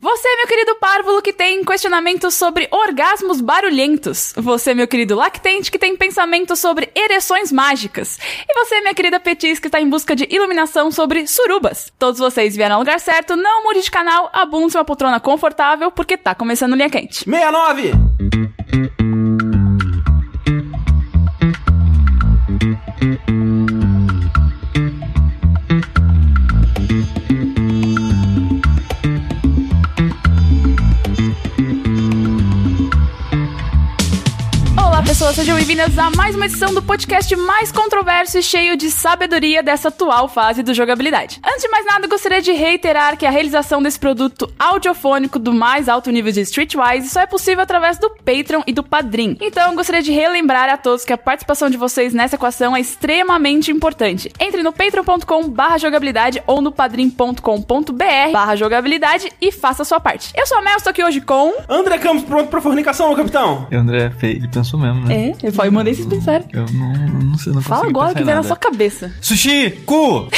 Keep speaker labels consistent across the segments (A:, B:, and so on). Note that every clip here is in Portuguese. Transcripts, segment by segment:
A: Você, meu querido párvulo, que tem questionamentos sobre orgasmos barulhentos. Você, meu querido lactente, que tem pensamentos sobre ereções mágicas. E você, minha querida Petis, que está em busca de iluminação sobre surubas. Todos vocês vieram ao lugar certo, não mude de canal, abunde uma poltrona confortável, porque tá começando linha quente.
B: 69!
A: Olá, pessoas, sejam bem-vindas a mais uma edição do podcast mais controverso e cheio de sabedoria dessa atual fase do jogabilidade. Antes de mais nada, gostaria de reiterar que a realização desse produto audiofônico do mais alto nível de Streetwise só é possível através do Patreon e do Padrim. Então, gostaria de relembrar a todos que a participação de vocês nessa equação é extremamente importante. Entre no patreon.com barra jogabilidade ou no padrim.com.br barra jogabilidade e faça a sua parte. Eu sou a Mel, estou aqui hoje com...
B: André Campos pronto pra fornicação, meu capitão?
C: E o André fez, ele pensou mesmo, né?
A: É, eu falei, mandei vocês pensarem.
C: Eu não, não sei, não
A: Fala
C: consigo
A: agora o que
C: pensar em
A: vem na
C: nada.
A: sua cabeça.
C: Sushi, cu!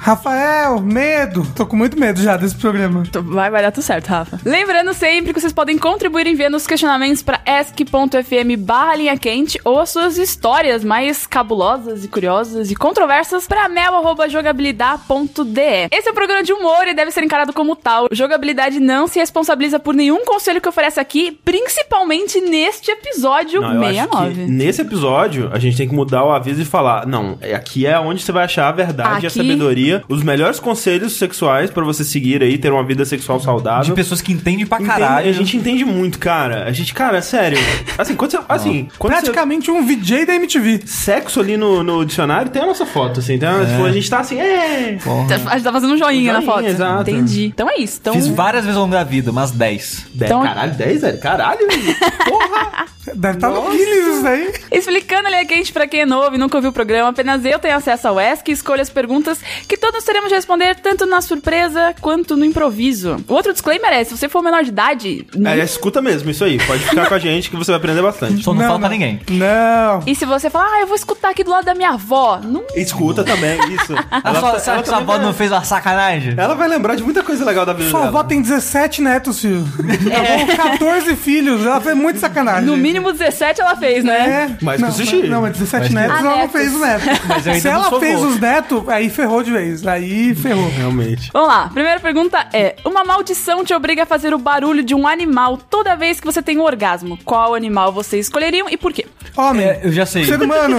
D: Rafael, medo. Tô com muito medo já desse programa.
A: Tô- Vai, vai dar tudo certo, Rafa. Lembrando sempre que vocês podem contribuir enviando os questionamentos para ask.fm barra linha quente ou as suas histórias mais cabulosas e curiosas e controversas para mel.jogabilidade.de. Esse é um programa de humor e deve ser encarado como tal. Jogabilidade não se responsabiliza por nenhum conselho que oferece aqui, principalmente neste episódio
B: Não, eu acho
A: 69.
B: que nesse episódio, a gente tem que mudar o aviso e falar: não, é- aqui é onde você vai achar a verdade, a
A: Aqui-
B: sabedoria, os melhores conselhos sexuais pra você seguir aí, ter uma vida sexual saudável.
C: De pessoas que entendem pra
B: Entende-
C: caralho.
B: a gente entende muito, cara. A gente, cara, sério. Assim, quando você. Assim, quando você-
D: Praticamente um VJ da MTV.
B: Sexo ali no, no dicionário tem a nossa foto, assim. Tem a, tipo, a gente tá assim, é.
C: Porra.
A: Tá- A gente tá fazendo um joinha, na
B: Joinha,
A: foto.
B: exato.
A: Entendi. Então é isso. Então...
C: Fiz várias vezes ao longo da vida, umas 10.
B: Dez-
A: Então-
B: Caralho, 10, velho? Caralho! Porra!
D: Deve estar no Guinness isso daí.
A: Explicando a linha quente pra quem é novo e nunca ouviu o programa, apenas eu tenho acesso ao ESC e escolho as perguntas que todos teremos de responder, tanto na surpresa quanto no improviso. O outro disclaimer é: se você for menor de idade. não-
B: É, escuta mesmo, isso aí. Pode ficar com a gente que você vai aprender bastante.
C: Só não, fala pra ninguém.
D: Não.
A: E se você falar, ah, eu vou escutar aqui do lado da minha avó, não.
B: Escuta também, isso.
C: A sua,
B: tá-
C: Ah, será que sua
B: também
C: avó
B: vai-
C: não fez uma sacanagem?
B: ela vai lembrar de muita coisa legal da vida
D: Sua
B: dela.
D: avó tem 17 netos, filho.
C: É.
D: Tá bom, 14 filhos. Ela foi muito sacanagem.
A: No mínimo 17 ela fez, né?
D: É.
B: Mais que
D: não,
B: o sushi.
D: Não, mas 17
C: Mas que-
D: netos
A: Ah,
D: ela não
A: netos.
D: fez os netos.
C: Mas eu ainda
D: Se
C: não
D: ela
C: sou
D: fez
C: avô.
D: os netos, aí ferrou de vez. Aí ferrou.
B: Realmente.
A: Vamos lá, primeira pergunta é: Uma maldição te obriga a fazer o barulho de um animal toda vez que você tem um orgasmo. Qual animal vocês escolheriam e por quê?
D: Homem,
C: É, eu já sei.
D: ser humano.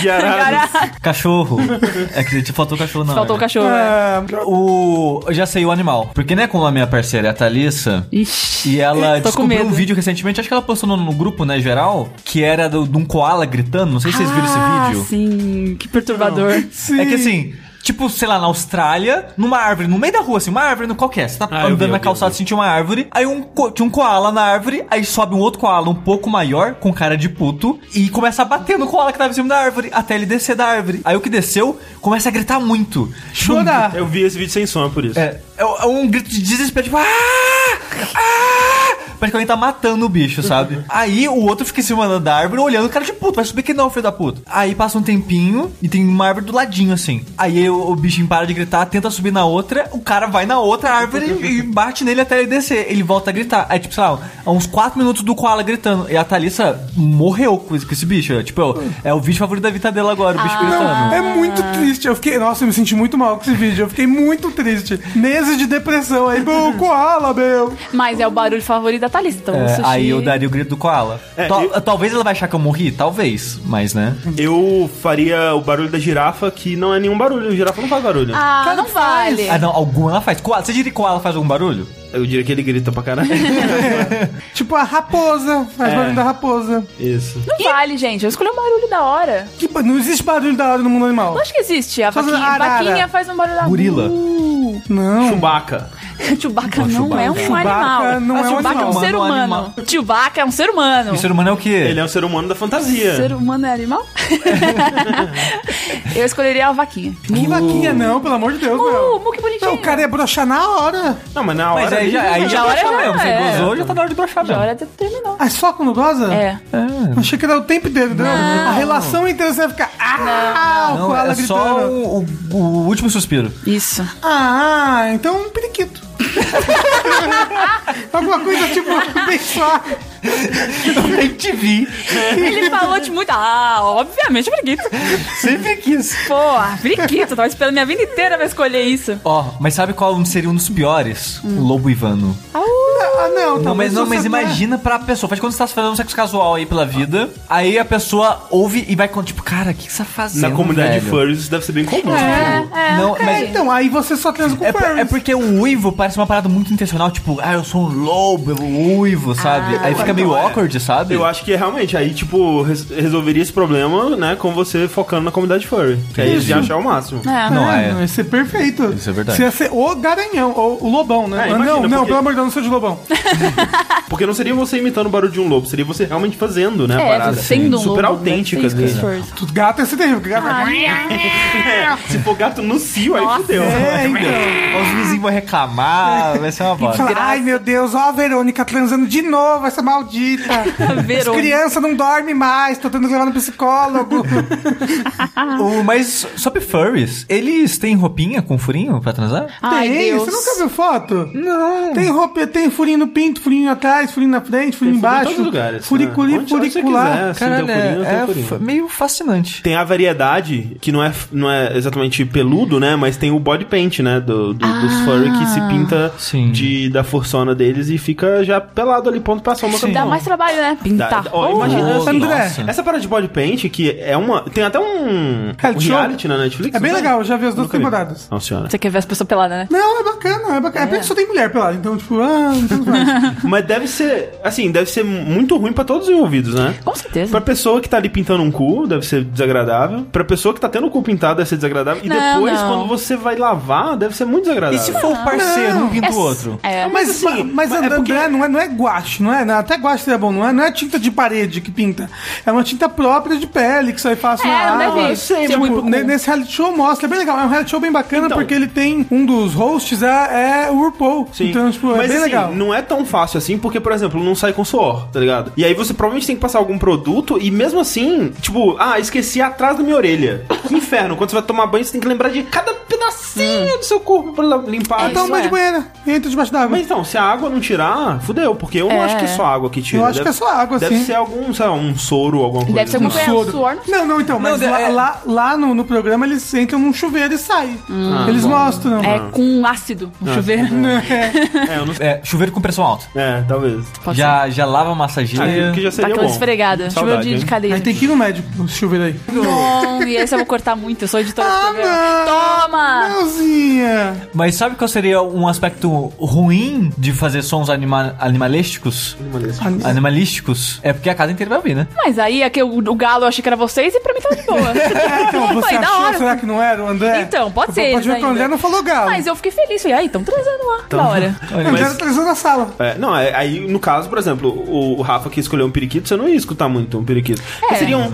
B: Guiarados.
A: Caraca,
C: Cachorro. É que te faltou cachorro, não.
A: faltou o
C: né?
A: cachorro. né?
D: Ah,
C: O. Eu já sei o animal. Porque não é como a minha parceira, é a Thalissa.
A: Ixi.
C: E ela
A: Tô com
C: descobriu um
A: medo.
C: vídeo recentemente, acho que ela postou no, no grupo, né, geral, que era do- de um koala gritando. Não sei se vocês viram
A: ah,
C: esse vídeo.
A: Sim, que perturbador.
D: sim.
C: É que assim, tipo, sei lá, na Austrália, numa árvore, no meio da rua, assim, uma árvore no qualquer. Você tá
B: Ah, eu vi,
C: andando
B: eu
C: na
B: vi,
C: calçada,
B: eu vi.
C: sentiu uma árvore, aí um, co- tinha um koala na árvore, aí sobe um outro koala um pouco maior, com cara de puto, e começa a bater no koala que tava em cima da árvore, até ele descer da árvore. Aí o que desceu começa a gritar muito.
D: Chorar.
B: Eu vi esse vídeo sem som, é por isso.
C: É, é um- é um grito de desespero, tipo, ah! Ah! Parece que alguém tá matando o bicho, sabe? Aí o outro fica em cima da árvore olhando, cara de puto, vai subir que não, filho da puta. Aí passa um tempinho e tem uma árvore do ladinho, assim. Aí o, o bichinho para de gritar, tenta subir na outra, o cara vai na outra árvore e bate nele até ele descer. Ele volta a gritar. Aí, tipo, sei lá, há uns 4 minutos do koala gritando. E a Thalissa morreu com esse, com esse bicho. É, Tipo, é o vídeo favorito da vida dela agora, o bicho
D: Não,
C: gritando.
D: é muito triste. Eu fiquei, nossa, eu me senti muito mal com esse vídeo. Eu fiquei muito triste. Meses de depressão aí, meu koala, meu.
A: Mas é o barulho favorito da Thalissa, então
C: É,
A: o sushi...
C: Aí eu daria o grito do koala.
B: É,
C: Tal-
B: eu-
C: Talvez ela vai achar que eu morri, talvez, mas né?
B: Eu faria o barulho da girafa, que não é nenhum barulho. A girafa não faz barulho.
A: Ah, não vale.
C: Ah, não, alguma ela faz. Koala, você diria que koala faz algum barulho?
B: Eu diria que ele grita pra caralho.
D: Tipo a raposa. Faz
B: É.
D: barulho da raposa.
B: isso.
A: Não vale, gente. Eu escolhi um barulho da hora.
D: Que ba- não existe barulho da hora no mundo animal.
A: Eu acho que existe. A
D: Só
A: vaquinha,
D: um arara.
A: vaquinha faz um barulho da
C: Gorila.
A: Uh,
D: Não.
B: Chewbacca.
A: Chewbacca não é um
D: Chewbacca
A: animal.
D: não
A: Ah,
D: é um
A: Chewbacca é um
D: animal.
A: ser
C: Não é um
A: humano.
C: animal.
A: Chewbacca é um ser humano.
C: E o ser humano é o quê?
B: Ele é um ser humano da fantasia.
A: Ser humano é animal? eu escolheria a vaquinha.
D: Que vaquinha, não, pelo amor de Deus,
A: Uh,
D: meu.
A: mu, que bonitinho.
D: Não, o cara é ia broxar na hora.
B: Não, mas na hora...
C: Mas aí
B: ali-
C: é, já, aí já,
A: Já
C: broxar
A: era,
C: mesmo. Você
A: é.
C: gozou, já tá na hora de
A: Já
C: broxar mesmo.
A: hora até terminou.
D: Ah, só quando goza?
A: É.
D: Eu Achei que era o tempo inteiro, entendeu? A relação inteira você vai ficar. Ah, o
C: Não,
D: koala
C: é só
D: gritando.
C: o, o- o último suspiro.
A: Isso.
D: Ah, então um periquito. Alguma coisa tipo bem suave.
C: Nem te vi.
A: Ele falou de muito. Ah, obviamente, Briguito.
C: Sempre quis.
A: Pô, Briguito, tava esperando minha vida inteira pra escolher isso.
C: Ó, mas sabe qual seria um dos piores?
A: Hum.
C: O Lobo Ivano.
A: Au.
D: Ah, não,
C: Não, mas,
D: talvez
C: não,
D: você
C: mas
D: tá-
C: imagina pra pessoa. Faz quando você tá fazendo um sexo casual aí pela vida. Aí a pessoa ouve e vai com tipo, cara, o que, que você tá fazendo?
B: Na comunidade
C: velho?
B: de furries isso deve ser bem comum. tipo,
A: É,
C: Não,
D: É,
C: mas-
D: então, aí você só transa com
C: É, por-
D: furries.
C: é porque o uivo parece uma parada muito intencional, tipo, ah, eu sou um lobo, eu uivo, sabe?
A: Ah,
C: aí fica meio
B: Então, é.
C: awkward, sabe?
B: Eu acho que realmente, aí, tipo, res- resolveria esse problema, né, com você focando na comunidade furry. Que aí eles iam achar o máximo.
A: É.
C: Não,
D: é,
C: é.
D: Ia ser perfeito.
C: Isso é verdade.
D: Você ia ser o Garanhão, ou o Lobão, né?
B: É,
D: Ah,
B: imagina,
D: não, não,
B: porque-
D: pelo amor de Deus, não sou de Lobão.
B: Porque não seria você imitando o barulho de um lobo, seria você realmente fazendo, né, a
A: É,
B: parada.
A: sendo um
B: Super
A: lobo, né,
B: autêntica,
A: fez com os
B: assim.
A: furries.
D: Tu- Gato ia ser terrível, porque gato
A: Ah,
D: é...
B: Se for gato no cio, aí
A: É. Nossa.
B: fudeu.
D: É, então.
C: Os vizinhos vão reclamar, vai ser uma bosta.
D: Fala, Ai, meu Deus, ó a Verônica transando de novo, essa maldita. As
A: Verônica.
D: crianças não dormem mais, tô tentando levar no psicólogo.
C: O- mas sobre furries, eles têm roupinha com furinho pra transar?
A: Ai,
D: tem?
A: Deus.
D: Você nunca viu foto? Não. Tem roupa, tem furinho no pinto, furinho atrás, furinho na frente, furinho
B: Tem furo em
D: embaixo.
B: todos os lugares,
D: Furiculi,
B: né? Onde- onde
A: Ah,
B: você quiser,
D: furicular.
B: assim, tem o
A: né?
B: furinho,
A: É
B: tem o furinho.
C: fa- meio fascinante.
B: Tem a variedade, que não é, não é exatamente peludo, né? Mas tem o body paint, né? do- do- Dos
A: Ah.
B: furry que se pinta
C: Sim.
B: de, da fursona deles e fica já pelado ali, ponto pra sombra.
A: Dá mais trabalho, né?
B: Dá-
A: Pintar.
B: dá- ó, imagina,
C: Nossa.
B: assim,
D: André.
B: essa parada de body paint, que é uma... Tem até um, um
D: Reality show.
B: reality na Netflix.
D: É bem
B: não tem?
D: legal, eu já vi as duas
B: Nunca vi.
D: temporadas.
B: Não, senhora.
A: Você quer ver as pessoas peladas, né?
D: Não, é bacana, é bacana. É porque só tem mulher pelada, então, tipo, ah, não tanto faz.
B: Mas deve ser, assim, deve ser muito ruim pra todos os envolvidos, né?
A: Com certeza.
B: Pra pessoa que tá ali pintando um cu, deve ser desagradável. Pra pessoa que tá tendo o cu pintado, deve ser desagradável. E
A: Não,
B: depois,
A: não.
B: quando você vai lavar, deve ser muito
C: E
B: desagradável.
C: se for o parceiro, um pinta o outro?
A: É,
D: Mas,
B: Mas, assim,
D: ma- mas,
B: mas é
D: André,
B: porque-
D: não, é, não é guache, não é? Não, Até guache seria bom, não é? Não é tinta de parede que pinta. É uma tinta própria de pele que sai fácil
A: É,
D: na
A: não
D: água.
A: deve ser tipo, ruim pro cu.
D: "Ah, tipo, ne- Nesse reality show mostra, é bem legal. É um reality show bem bacana
B: Então.
D: porque ele tem um dos hosts, é, é o RuPaul.
B: Sim.
D: Então, tipo, é
B: Mas
D: bem
B: assim,
D: legal.
B: não é tão fácil assim, porque, por exemplo, não sai com suor, tá ligado? E aí você provavelmente tem que passar algum produto e mesmo assim, tipo, ah, esqueci atrás da minha orelha. Que inferno. Quando você vai tomar banho, você tem que lembrar de cada pedacinho do seu corpo pra limpar. tipo,
A: É
D: Então,
A: isso
D: mas
A: é.
D: de banheira, entra debaixo d'água.
B: Mas então, se a água não tirar, fudeu, porque eu não
A: É.
B: acho que é só água que tira.
D: Eu acho que é só água,
B: Deve
D: sim.
B: ser algum, sei lá, um soro, alguma coisa.
A: Deve ser
B: assim.
A: alguma coisa. um
D: Soro.
A: Suor não-
D: Não, não, então, mas
C: Não,
D: lá,
C: é-
D: lá, lá no, no programa eles entram num chuveiro e saem.
A: Hum.
B: Ah,
D: eles
B: bom.
D: mostram.
A: é com ácido no
B: Ah.
A: chuveiro.
B: É, eu não sei.
C: É, chuveiro com pressão alta.
B: É, talvez.
A: Pode ser.
C: Já, já lava a
B: Ah,
D: É.
C: massageira.
B: que já
A: Tá
B: seria
A: aquela
B: bom.
A: esfregada. Chuveiro
B: Saudade,
A: de, de
B: hein?
A: cadeia.
D: Aí tem que ir no médico, no chuveiro aí.
A: Não, e esse eu vou cortar muito. Eu sou editora do
D: Ah,
A: programa.
D: não!
A: Toma!
D: Meuzinha!
C: Mas sabe qual seria um aspecto ruim de fazer sons anima animalísticos? Animalísticos? É porque a casa inteira vai ouvir, né?
A: Mas aí é que o, o galo eu achei que era vocês e pra mim tava de boa.
D: É, então,
A: Eu
D: você
A: falei, da
D: achou?
A: hora.
D: Será que não era o André?
A: Então, pode ser
D: Pode ver que
A: ainda.
D: o André não falou galo.
A: Mas eu fiquei feliz. Falei, ai, tão transando lá.
C: Então,
A: Da hora.
D: O André
B: Mas-
D: atualizou na sala.
B: É, não, é- aí no caso, por exemplo, o, o Rafa que escolheu um periquito, você não ia escutar muito um periquito.
A: É.
B: Seria um.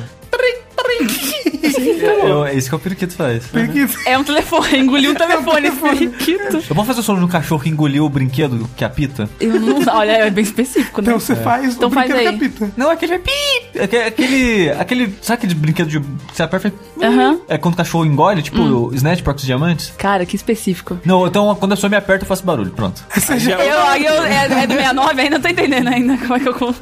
C: Eu, é isso que o periquito faz.
D: Porque
A: É um telefone. Engoliu um telefone
D: É um
A: esse
D: telefone.
A: periquito.
C: Eu posso fazer o som de um cachorro que engoliu o brinquedo que apita?
A: Eu não- Olha, é bem específico, né?
D: então você faz
A: Então
D: o
A: faz
D: brinquedo
A: aí.
D: capita.
C: Não, aquele vai pi! Aque- Aquele. aquele sabe aquele brinquedo de. que Você aperta e-
A: Aham. Hum.
C: É quando o cachorro engole, tipo o Snatch, Proctos Diamantes?
A: Cara, que específico.
C: Não, então quando a pessoa me aperta, eu faço barulho. Pronto.
A: Eu, aí eu, é, é do 69, ainda não tô entendendo ainda como é que eu con-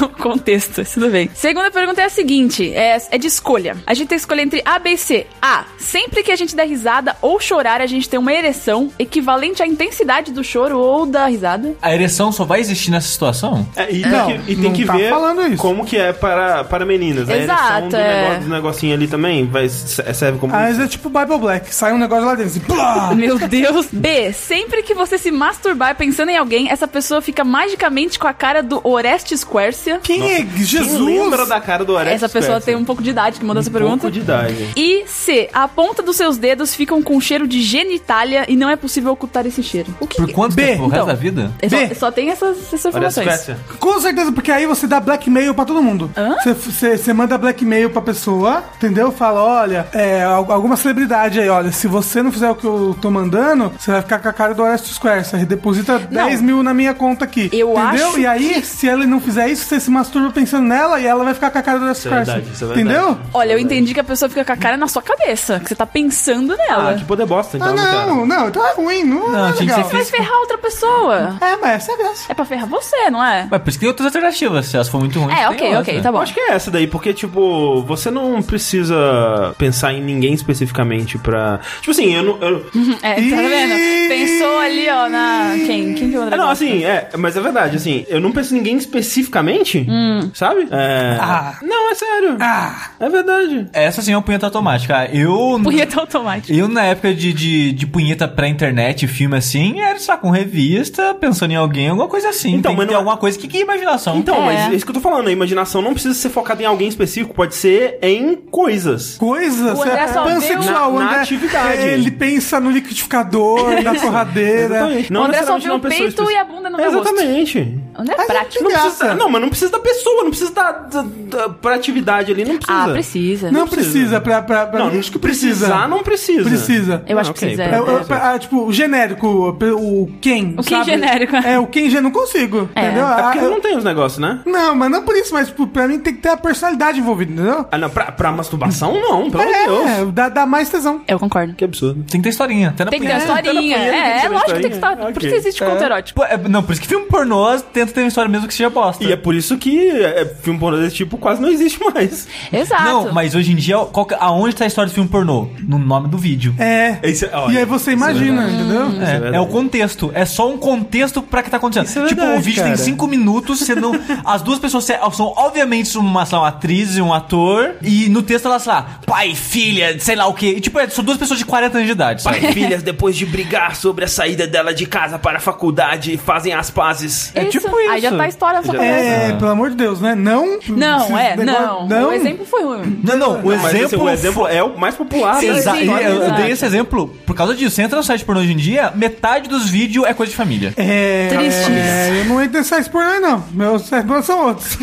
A: o contexto. mas Tudo bem. Segunda pergunta é a seguinte: é, é de escolha. A gente tem que escolher entre A, B e C. A. Sempre que a gente der risada ou chorar, a gente tem uma ereção equivalente à intensidade do choro ou da risada.
C: A ereção só vai existir nessa situação?
B: É, e
D: Não,
B: tem que, e
D: não
B: tem que
D: tá
B: ver
D: falando isso.
B: como que é para, para meninas. a
A: Exato,
B: ereção do,
A: é.
B: negócio, do negocinho ali também vai, serve como.
D: Mas é tipo Bible Black. Sai um negócio lá dentro, assim, plá!
A: Meu Deus. B. Sempre que você se masturbar pensando em alguém, essa pessoa fica magicamente com a cara do Orestes Quercia.
D: Quem é Jesus?
B: Quem lembra da cara do Orestes
A: Essa pessoa tem um pouco de idade que mandou essa pergunta.
B: pouco de idade.
A: E C, a ponta dos seus dedos ficam com cheiro de genitália e não é possível ocultar esse cheiro. O que?
C: Por quanto
D: B,
C: tempo? O resto
A: então.
C: da vida?
A: É só,
D: B.
A: só tem essas, essas
B: Orestes
A: informações.
B: Quercia.
D: Com certeza, porque aí você dá blackmail pra todo mundo. Você- Você você manda blackmail pra pessoa, entendeu? Fala, olha, é, al- alguma celebridade aí, olha, se você não fizer o que eu tô mandando, você vai ficar com a cara do Orestes Square. Você deposita 10 mil na minha conta aqui.
A: Eu
D: entendeu?
A: acho
D: E aí, se ela não fizer isso, você se masturba pensando nela e ela vai ficar com a cara do Orestes
B: Isso é
D: Square.
B: verdade, isso é verdade.
D: Entendeu?
A: Olha, eu entendi que a pessoa fica com a cara na sua cabeça, que você tá pensando nela.
B: Ah, que poder bosta, então,
D: Ah,
B: cara.
D: não, não, então é ruim, não,
C: Não, tinha
D: é
C: que ser
D: legal.
A: Você vai ferrar outra pessoa.
D: É, mas essa é a graça.
A: É pra ferrar você, não é?
C: Mas por isso que tem outras alternativas. Se elas for muito ruim,
A: É,
C: tem
A: ok,
C: outra.
A: ok, tá
B: Eu
A: bom.
B: acho que é essa daí, porque, tipo, você não precisa pensar em ninguém especificamente pra. Tipo assim, eu não. eu-
A: É, tá vendo? Pensou ali, ó, na. Quem? Quem viu o
B: É,
A: André?
B: não, assim, é, mas é verdade, assim, eu não penso em ninguém especificamente,
A: Hum.
B: sabe? É.
D: Ah.
B: Não, é sério.
D: Ah,
B: É verdade.
C: Essa sim é uma punheta automática. Eu.
A: Punheta automática.
C: Eu, na época de, de, de punheta pré-internet, filme assim, era só com revista, pensando em alguém, alguma coisa assim.
B: Então,
C: Tem
B: mas
C: que ter
B: não-
C: alguma coisa que, que é imaginação.
B: Então,
A: É.
B: mas é isso que eu tô falando, a imaginação não precisa ser focada em alguém específico, pode ser em coisas.
D: coisa,
A: O
D: você
A: André
D: é
A: só
D: pansexual,
B: viu- Na- na
D: André.
B: atividade.
D: Ele pensa no liquidificador, na torradeira.
B: Exatamente.
A: O André só
B: necessariamente
A: viu
B: uma
A: o
B: pessoa
A: peito
B: específica.
A: e a bunda no meu rosto.
B: Exatamente.
A: O André é
D: Mas é
A: prático.
B: Não
D: Que
B: precisa,
D: graça.
B: não, mas não precisa da pessoa, não precisa da, da, da- pra atividade ali, não precisa.
A: Ah, precisa. né?
D: Não
B: Não precisa.
D: precisa, pra, pra, pra
B: Não,
D: gente que
B: precisar
D: precisa.
B: não precisa.
D: Precisa.
A: Eu acho
B: Ah,
A: que
B: ok,
A: precisa.
D: É,
A: É,
B: pra-
D: eu- pra- ah, tipo, o genérico, o o quem.
A: O quem
D: sabe?
A: genérico.
B: um
D: É, o quem já não consigo.
A: É.
D: Entendeu?
B: É
D: Ah,
B: porque
D: eu-
B: não tem os negócios, né?
D: Não, mas não por isso, mas tipo, pra mim tem que ter a personalidade envolvida, entendeu?
B: Ah, não, pra, pra masturbação, não, pelo
D: é,
B: amor de Deus.
D: dá, dá mais tesão.
A: Eu concordo.
B: Que absurdo.
C: Tem que ter historinha. Até na
A: Tem que ter uma
C: punheta.
A: historinha.
B: tá na punheta,
A: É,
B: tem que
A: é
B: ter
A: lógico que tem que
B: historinha.
A: estar. Por isso
B: Ok.
A: existe conto erótico.
C: Pô, é- não, por isso que filme pornô tenta ter uma história mesmo que seja bosta.
B: E é por isso que é, filme pornô desse tipo quase não existe mais.
A: Exato.
C: Não, mas hoje em dia, qual que- aonde tá a história do filme pornô? No nome do vídeo.
D: É.
B: Isso é- olha,
D: e aí você
B: isso é
D: imagina,
B: verdade.
A: Hum.
D: entendeu?
B: é
C: É,
B: verdade.
C: é o contexto. É só um contexto pra que tá acontecendo.
B: Isso é
C: tipo,
B: verdade,
C: o vídeo
B: cara.
C: tem cinco minutos, você não. As duas pessoas se- são, obviamente, uma, sei lá, uma atriz e um ator. E no texto elas, sei lá, pai, filha, sei lá o quê. E, tipo, é- são duas pessoas de 40 anos de idade. sabe?
B: Pai e filhas, depois de brigar sobre a saída dela de casa para a faculdade, fazem as pazes.
C: é tipo
A: Aí já
C: isso.
A: tá a história só
B: Já-
A: é.
D: É, pelo amor de Deus, né? Não. esses
A: Não, é,
D: negócio-
A: não.
D: Não.
A: O exemplo foi ruim.
C: Não, não, o
B: Mas,
C: exemplo.
B: assim, o exemplo é o mais popular. né?
C: Exa-
A: Sim,
C: e
D: é-
A: sim,
C: eu, eu
A: exato.
C: dei esse exemplo por causa disso. Você entra no site pornô hoje em dia, metade dos vídeos é coisa de família.
D: É,
A: Triste.
D: é, eu não entro nessa expor aí, não. Meus sermões são outros.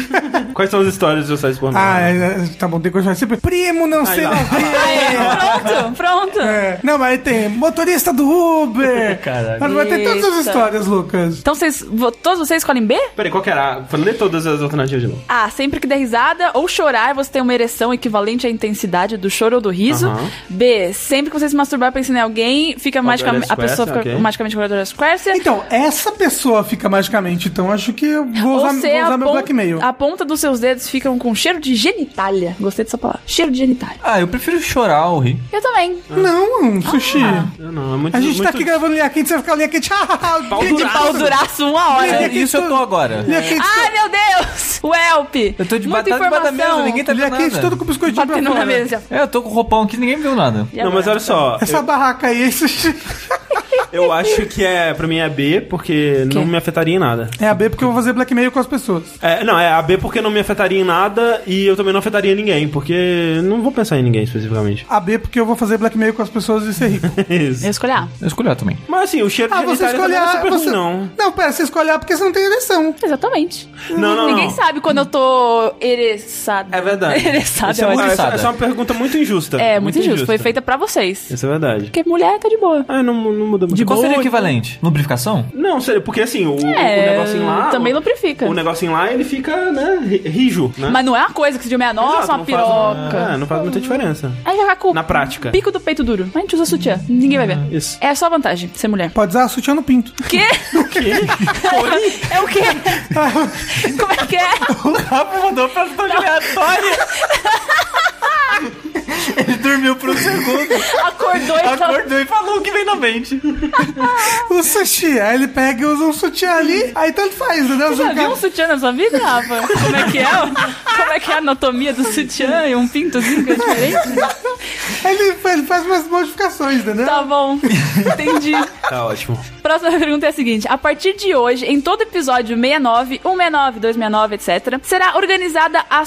B: Quais são as histórias do site pornô?
D: ah, é, tá bom, tem que continuar sempre. Primo, não sei,
B: lá.
D: não primo.
B: É.
A: Pronto, pronto.
D: É. Não, mas aí tem motorista do Uber.
C: Caralho.
D: Mas vai ter todas as
A: Eita.
D: histórias, Lucas.
A: Então vocês, vo- todos vocês escolhem B?
B: Peraí, qual que era? Lê todas as alternativas de novo.
A: A, Ah, sempre que der risada ou chorar, você tem uma ereção equivalente à intensidade do choro ou do riso.
B: Aham.
A: B, sempre que você se masturbar pensando em alguém, fica magicamente, a
B: Square,
A: pessoa fica
B: ok.
A: magicamente com a Dora Square.
D: Então, essa pessoa fica magicamente, então acho que eu vou usar,
A: Ou C,
D: vou usar
A: a,
D: meu
A: pon-
D: blackmail.
A: a ponta dos seus dedos ficam com cheiro de genitália. Gostei dessa palavra. Cheiro de genitália.
C: Ah, eu prefiro chorar ou rir.
A: Eu também.
D: Não,
A: Ah.
D: sushi.
B: Não, Não, é muito,
D: A gente
B: muito...
D: tá aqui gravando linha quente, você fica linha quente.
B: Pau
A: De
B: duraço.
A: pau duraço uma hora.
C: É,
D: que
C: isso eu tô
D: tudo-
C: agora.
B: é.
D: Linha quente.
A: Ai, meu Deus! O Help!
C: Eu tô de
A: Muita
C: batata debaixo da mesa,
A: informação.
C: ninguém tá vendo
D: Linha quente todo
C: nada.
D: com biscoitinho pra
A: Batendo na
D: fora.
A: mesa.
C: É, eu tô com o roupão aqui, ninguém viu nada.
A: E
B: Não, mas
A: agora?
B: olha só,
D: Essa barraca aí, sushi.
B: eu, eu acho que é, pra mim é B, porque não me afetaria em nada.
D: É a B porque eu vou fazer blackmail com as pessoas.
B: É, não, é a B porque não me afetaria em nada e eu também não afetaria ninguém, porque não vou pensar em ninguém especificamente.
D: A B porque eu vou fazer blackmail com as pessoas e ser rico.
B: Isso.
A: Eu escolhi A.
C: Eu escolhi ela também.
B: Mas assim, o cheiro
D: Ah,
B: de
D: você
B: genitália
D: escolhe
B: também não é
D: a.
B: super
D: Você...
B: ruim, não.
D: não, pera, você escolhe A porque você não tem ereção.
A: Exatamente.
B: Não, não,
A: Ninguém
B: não.
A: sabe quando eu tô ereçada.
B: É verdade.
A: Ereçada,
B: Isso
A: eu
B: é, uma,
A: acho.
B: essa, essa é uma pergunta muito injusta.
A: um É, muito injusto. Foi feita pra vocês.
B: Isso é verdade.
A: Porque mulher tá de boa.
B: Ah, não, não muda muito.
C: De Qual
B: Você-
C: seria o equivalente? Lubrificação?
B: Não, seria, porque assim, o,
A: É,
B: o negocinho lá.
A: também
B: o,
A: lubrifica.
B: O negocinho lá, ele fica, né, ri- rijo, né?
A: Mas não é uma coisa que se diz, meia nossa,
B: Exato,
A: uma
B: não faz uma- É,
A: piroca.
B: não faz muita diferença.
A: Aí já vai com
B: Na prática.
A: o
B: Ah,
A: bico do peito duro. A gente usa sutiã. Ninguém vai ver.
B: Isso.
A: É só vantagem ser mulher.
D: Pode usar sutiã no pinto.
A: O quê? O quê? é o quê? Como é que é?
C: Rafa mandou pra tão aleatória. Ele dormiu por um segundo,
A: Acordou e falou.
C: acordou e falou o que vem na mente.
D: O sushi, aí ele pega e usa um sutiã ali, aí tanto faz, entendeu?
A: Você já viu um sutiã na sua vida, Rafa? Como é que é? o- Como é que é a anatomia do sutiã e um pintozinho que é
B: Então,
A: diferente?
D: Ele, ele faz umas modificações, entendeu?
A: Tá bom, entendi.
B: Tá ótimo.
A: Próxima pergunta é a seguinte: a partir de hoje, em todo episódio 69, 169, 269, etc., será organizada a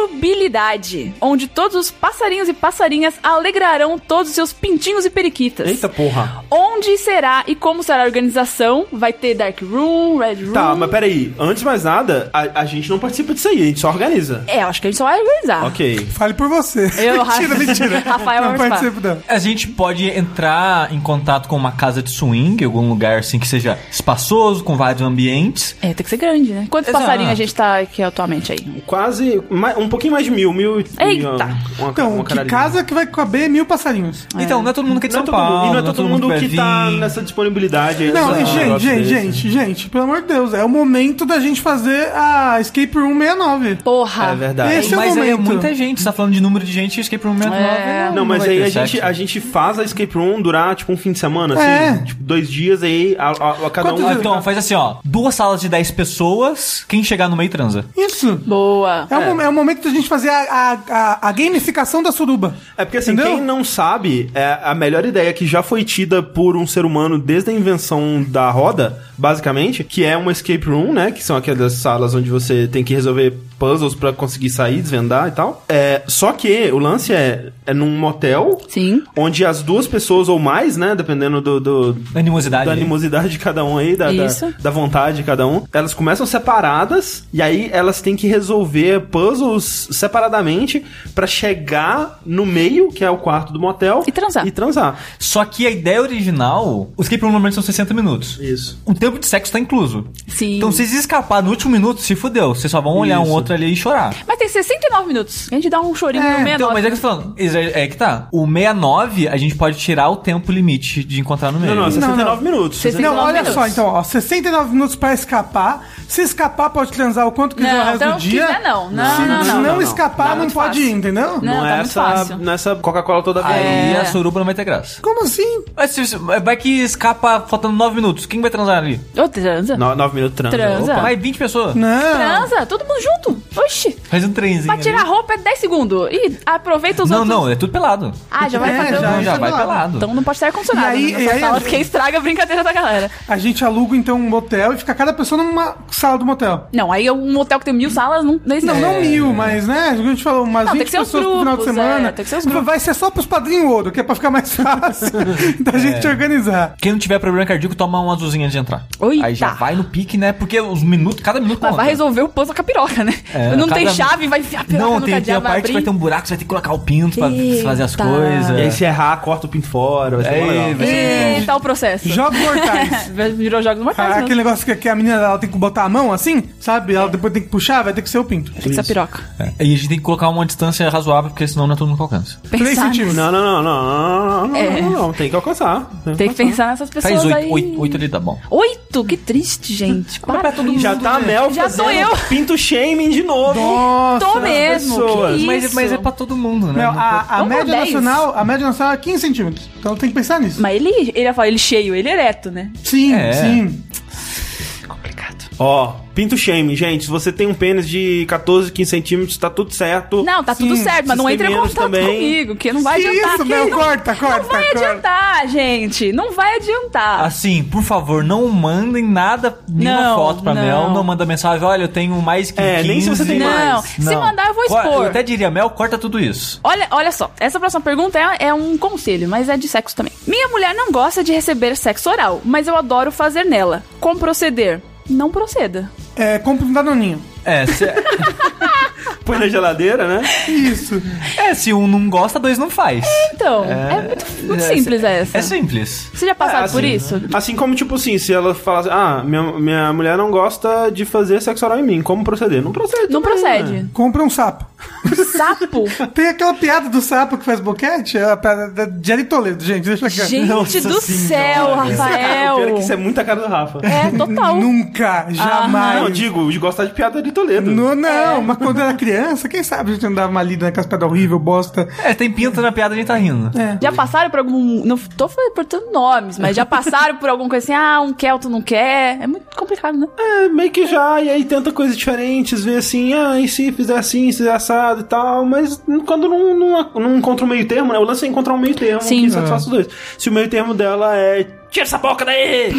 A: surubilidade, onde todos os passarinhos e passarinhas alegrarão todos os seus pintinhos e periquitas.
B: Eita porra.
A: Onde será e como será a organização? Vai ter Dark Room, Red Room.
B: Tá, mas peraí. Antes de mais nada, a, a gente não participa disso aí, a gente só organiza.
A: É, eu acho que a gente só vai organizar.
B: Ok.
D: Fale por você.
A: Eu,
D: mentira,
A: Rafa-
D: mentira.
A: Rafael é um
D: não
A: vai
D: participo, não.
C: A gente pode entrar em contato com uma casa de swing, algum lugar assim que seja espaçoso, com vários ambientes.
A: É, tem que ser grande, né? Quantos
C: Exato.
A: passarinhos a gente tá aqui atualmente aí?
B: Quase. mai- um pouquinho mais de mil, mil e.
A: Eita.
B: e, ó, Uma,
D: Então,
B: uma
D: que
B: caralhada.
D: casa que vai caber mil passarinhos.
C: Então, não é todo mundo que é de
B: Não é
C: São
B: todo
C: Paulo.
B: mundo, e não é todo mundo que
C: quer
B: tá
C: vir.
B: nessa disponibilidade aí.
D: Não,
B: dessa-
D: gente,
B: negócio
D: gente,
B: desse.
D: gente, gente, pelo amor de Deus, é o momento da gente fazer a Escape Room 69.
A: Porra.
B: É verdade.
D: Esse é o
C: mas aí é
D: momento.
C: muita gente, você tá falando de número de gente, escape room um momento
A: É.
C: nova.
B: Não, mas
C: vai
B: aí
C: ter
B: a gente,
C: sexo.
B: a gente faz a escape room durar tipo um fim de semana, assim.
D: É.
B: Tipo, dois dias aí, a, a- a cada um.
C: Ah,
D: Quantos
B: vai
D: dias?
B: ficar-
C: Então, faz assim, ó. Duas salas de 10 pessoas, quem chegar no meio transa.
D: Isso.
A: Boa.
D: É, O, mom- é o momento da gente fazer a, a- a- a gamificação da suruba.
B: É porque assim,
D: Entendeu?
B: quem não sabe, é a melhor ideia que já foi tida por um ser humano desde a invenção da roda, basicamente, que é uma escape room, né? Que são aquelas salas onde você tem que resolver puzzles pra conseguir sair, desvendar e tal. É, só que o lance é, é num motel.
A: Sim.
B: Onde as duas pessoas ou mais, né? Dependendo do, do,
C: Animosidade.
B: da animosidade de cada um aí, da, da,
A: Isso.
B: da vontade de cada um. Elas começam separadas e aí elas têm que resolver puzzles separadamente pra chegar no meio, que é o quarto do motel.
A: E transar.
B: E transar.
C: Só que a ideia original, os escape room normalmente são 60 minutos.
B: Isso.
C: O tempo de sexo tá incluso.
A: Sim.
C: Então, se vocês escapar no último minuto, se fudeu. Vocês só vão olhar um
B: Isso.
C: outro ali e chorar.
A: Mas tem 69 minutos. A gente dá um chorinho no meio
C: Então, mas é que eu tô falando, é é que tá. O 69, a gente pode tirar o tempo limite de encontrar no meio.
B: Não, é não, 69
D: não.
B: minutos.
A: 69
D: Não, olha
A: minutos.
D: só, então, ó, 69 minutos pra escapar. Se escapar, pode transar o quanto quiser
A: Não,
D: o resto
A: então
D: do dia.
A: quiser, não. Não,
D: se
A: não,
D: se
A: não, não,
B: não.
D: escapar, não,
A: muito
D: pode
A: fácil.
D: ir, entendeu?
A: Não, tá
B: é
A: muito
B: essa,
A: fácil.
B: não é essa Coca-Cola toda vez.
C: Aí
A: É.
C: a suruba não vai ter graça.
D: Como assim?
C: Mas se- se- Vai que escapa faltando 9 minutos. Quem vai transar ali?
A: Ô, transa.
B: No, 9 minutos transa.
A: Transa.
B: Opa.
C: Vai 20 pessoas.
D: Não.
A: Transa, todo mundo junto. Oxi.
C: Faz um trenzinho.
A: Pra tirar a
C: Ah. ali.
A: roupa é 10 segundos. E aproveita os
C: Não,
A: outros.
C: não, é tudo pelado.
A: Ah, já vai
D: É,
A: fazer
C: Não,
A: o.
D: já
C: já vai
D: vai pelado.
C: pelado.
A: Então não pode estar condicionado.
D: E aí-
A: nessa
D: e aí-
A: sala, porque estraga a brincadeira da galera.
D: A gente aluga, então, um motel e fica cada pessoa numa sala do motel.
A: Não, aí é um hotel que tem mil salas não, não existe.
C: É,
D: Não, não mil, mas, né? A gente falou umas
A: É. Não, tem
D: 20
A: que ser os
D: pessoas pro final de
A: grupos,
D: semana.
A: é, tem que ser os grupos.
D: Vai ser só pros padrinhos ouro, que é pra ficar mais fácil da gente organizar.
C: Quem não tiver problema cardíaco, toma uma azulzinha antes de entrar.
A: Oi,
C: Aí já
A: tá.
C: vai no pique, né? Porque os minutos, cada minuto
A: Mas
C: conta.
A: vai resolver o puzzle com a piroca, né?
C: É,
A: não tem
C: cada-
A: chave, vai enfiar a piroca
C: Não,
A: no
C: tem, tem a
A: cadeado, vai
C: parte que vai
A: abrir.
C: ter um buraco, você vai ter que colocar o pinto pra
A: Eita.
C: fazer as coisas.
B: E aí se errar, corta o pinto fora. Vai ser mó
C: Ei,
B: legal.
C: vai ser-
A: E tal o processo.
D: Jogos mortais.
A: Virou jogos mortais.
D: Ah,
A: mesmo.
D: aquele negócio que, que a menina ela tem que botar a mão assim, sabe? Ela depois tem que puxar, vai ter que ser o pinto.
A: Tem que ser a piroca.
C: É. E a gente tem que colocar uma distância razoável, porque senão não é todo mundo que alcança.
D: Três
A: Pensar
D: centímetros.
B: Não, não, não, não, não, não, não,
A: É.
B: não, não, tem que alcançar.
A: Tem que pensar nessas pessoas
C: Faz
A: aí.
C: oito, oito, oito ali tá bom.
A: Oito? Que triste, gente. Para.
B: Já tá a Mel
A: Já sou
B: fazendo
A: eu.
B: pinto shaming de novo.
D: Nossa.
A: Tô mesmo.
B: pessoas.
A: Que isso.
C: Mas, mas é pra todo mundo, né?
D: Não, a, a
A: Vamos
D: média
A: dar dez.
D: nacional, a média nacional é 15 centímetros. Então tem que pensar nisso.
A: Mas ele, ele ia falar, ele cheio, ele ereto, né?
D: Sim,
C: É.
D: sim.
A: Complicado.
B: Ó, pinto shame, gente. Se você tem um pênis de 14, 15 centímetros, tá tudo certo.
A: Não, tá tudo
D: Sim,
A: certo, mas não
B: vocês
A: entra em
B: têm menos
A: contato
B: também.
A: comigo, que não vai
D: Que
A: adiantar.
D: isso,
A: que
D: Mel?
A: não-
D: Corta, corta,
A: Não vai
D: corta.
A: adiantar, gente. Não vai adiantar.
C: Assim, por favor, não mandem nada, nenhuma
A: Não,
C: foto pra
A: não.
C: Mel, não manda mensagem, olha, eu tenho mais que
B: É,
C: 15.
B: nem se você tem
A: não.
B: mais.
A: Se mandar, eu vou
C: Cor-
A: expor.
C: Eu até diria, Mel, corta tudo isso.
A: Olha, olha só, essa próxima pergunta é, é um conselho, mas é de sexo também. Minha mulher não gosta de receber sexo oral, mas eu adoro fazer nela. Como proceder? Não proceda.
D: É, compra um danoninho.
C: É, se,
B: Põe na geladeira, né?
D: Isso.
C: é, se um não gosta, dois não faz.
A: Então, é, muito, muito simples essa.
C: É simples.
A: Você já passaram
B: É,
A: por
B: assim,
A: isso?
B: Assim como, tipo assim, se ela falar assim, ah, minha, minha mulher não gosta de fazer sexo oral em mim, como proceder? Não procede.
A: Não
B: também, né?
A: procede.
D: Compra um sapo.
A: Sapo.
D: Tem aquela piada do sapo que faz boquete? É a piada da- de Ari Toledo, gente. Deixa eu
A: Gente
B: Nossa
A: do céu,
B: senhora.
A: Rafael.
B: O pior é que isso é muita cara do Rafa.
A: É, total. Ah,
D: Nunca, jamais.
B: Não, digo, de gostar de piada de Toledo.
D: Não,
A: É.
D: não, mas quando era criança, quem sabe a gente andava uma lida naquelas pedras horrível, bosta.
C: É, tem pinta na piada, a gente tá rindo.
A: Já passaram por algum. Não tô portando nomes, mas já passaram por alguma coisa assim, ah, um quer, outro não quer. É muito complicado, né?
B: É, meio que já, e aí tenta coisas diferentes, vê assim, ah, e se fizer assim, se fizer assado e tal, mas quando não, não, não encontra um meio termo, né? O lance é encontrar um meio termo
A: Sim.
B: que satisfaça os dois. Se o meio termo dela é. Tira essa boca daí!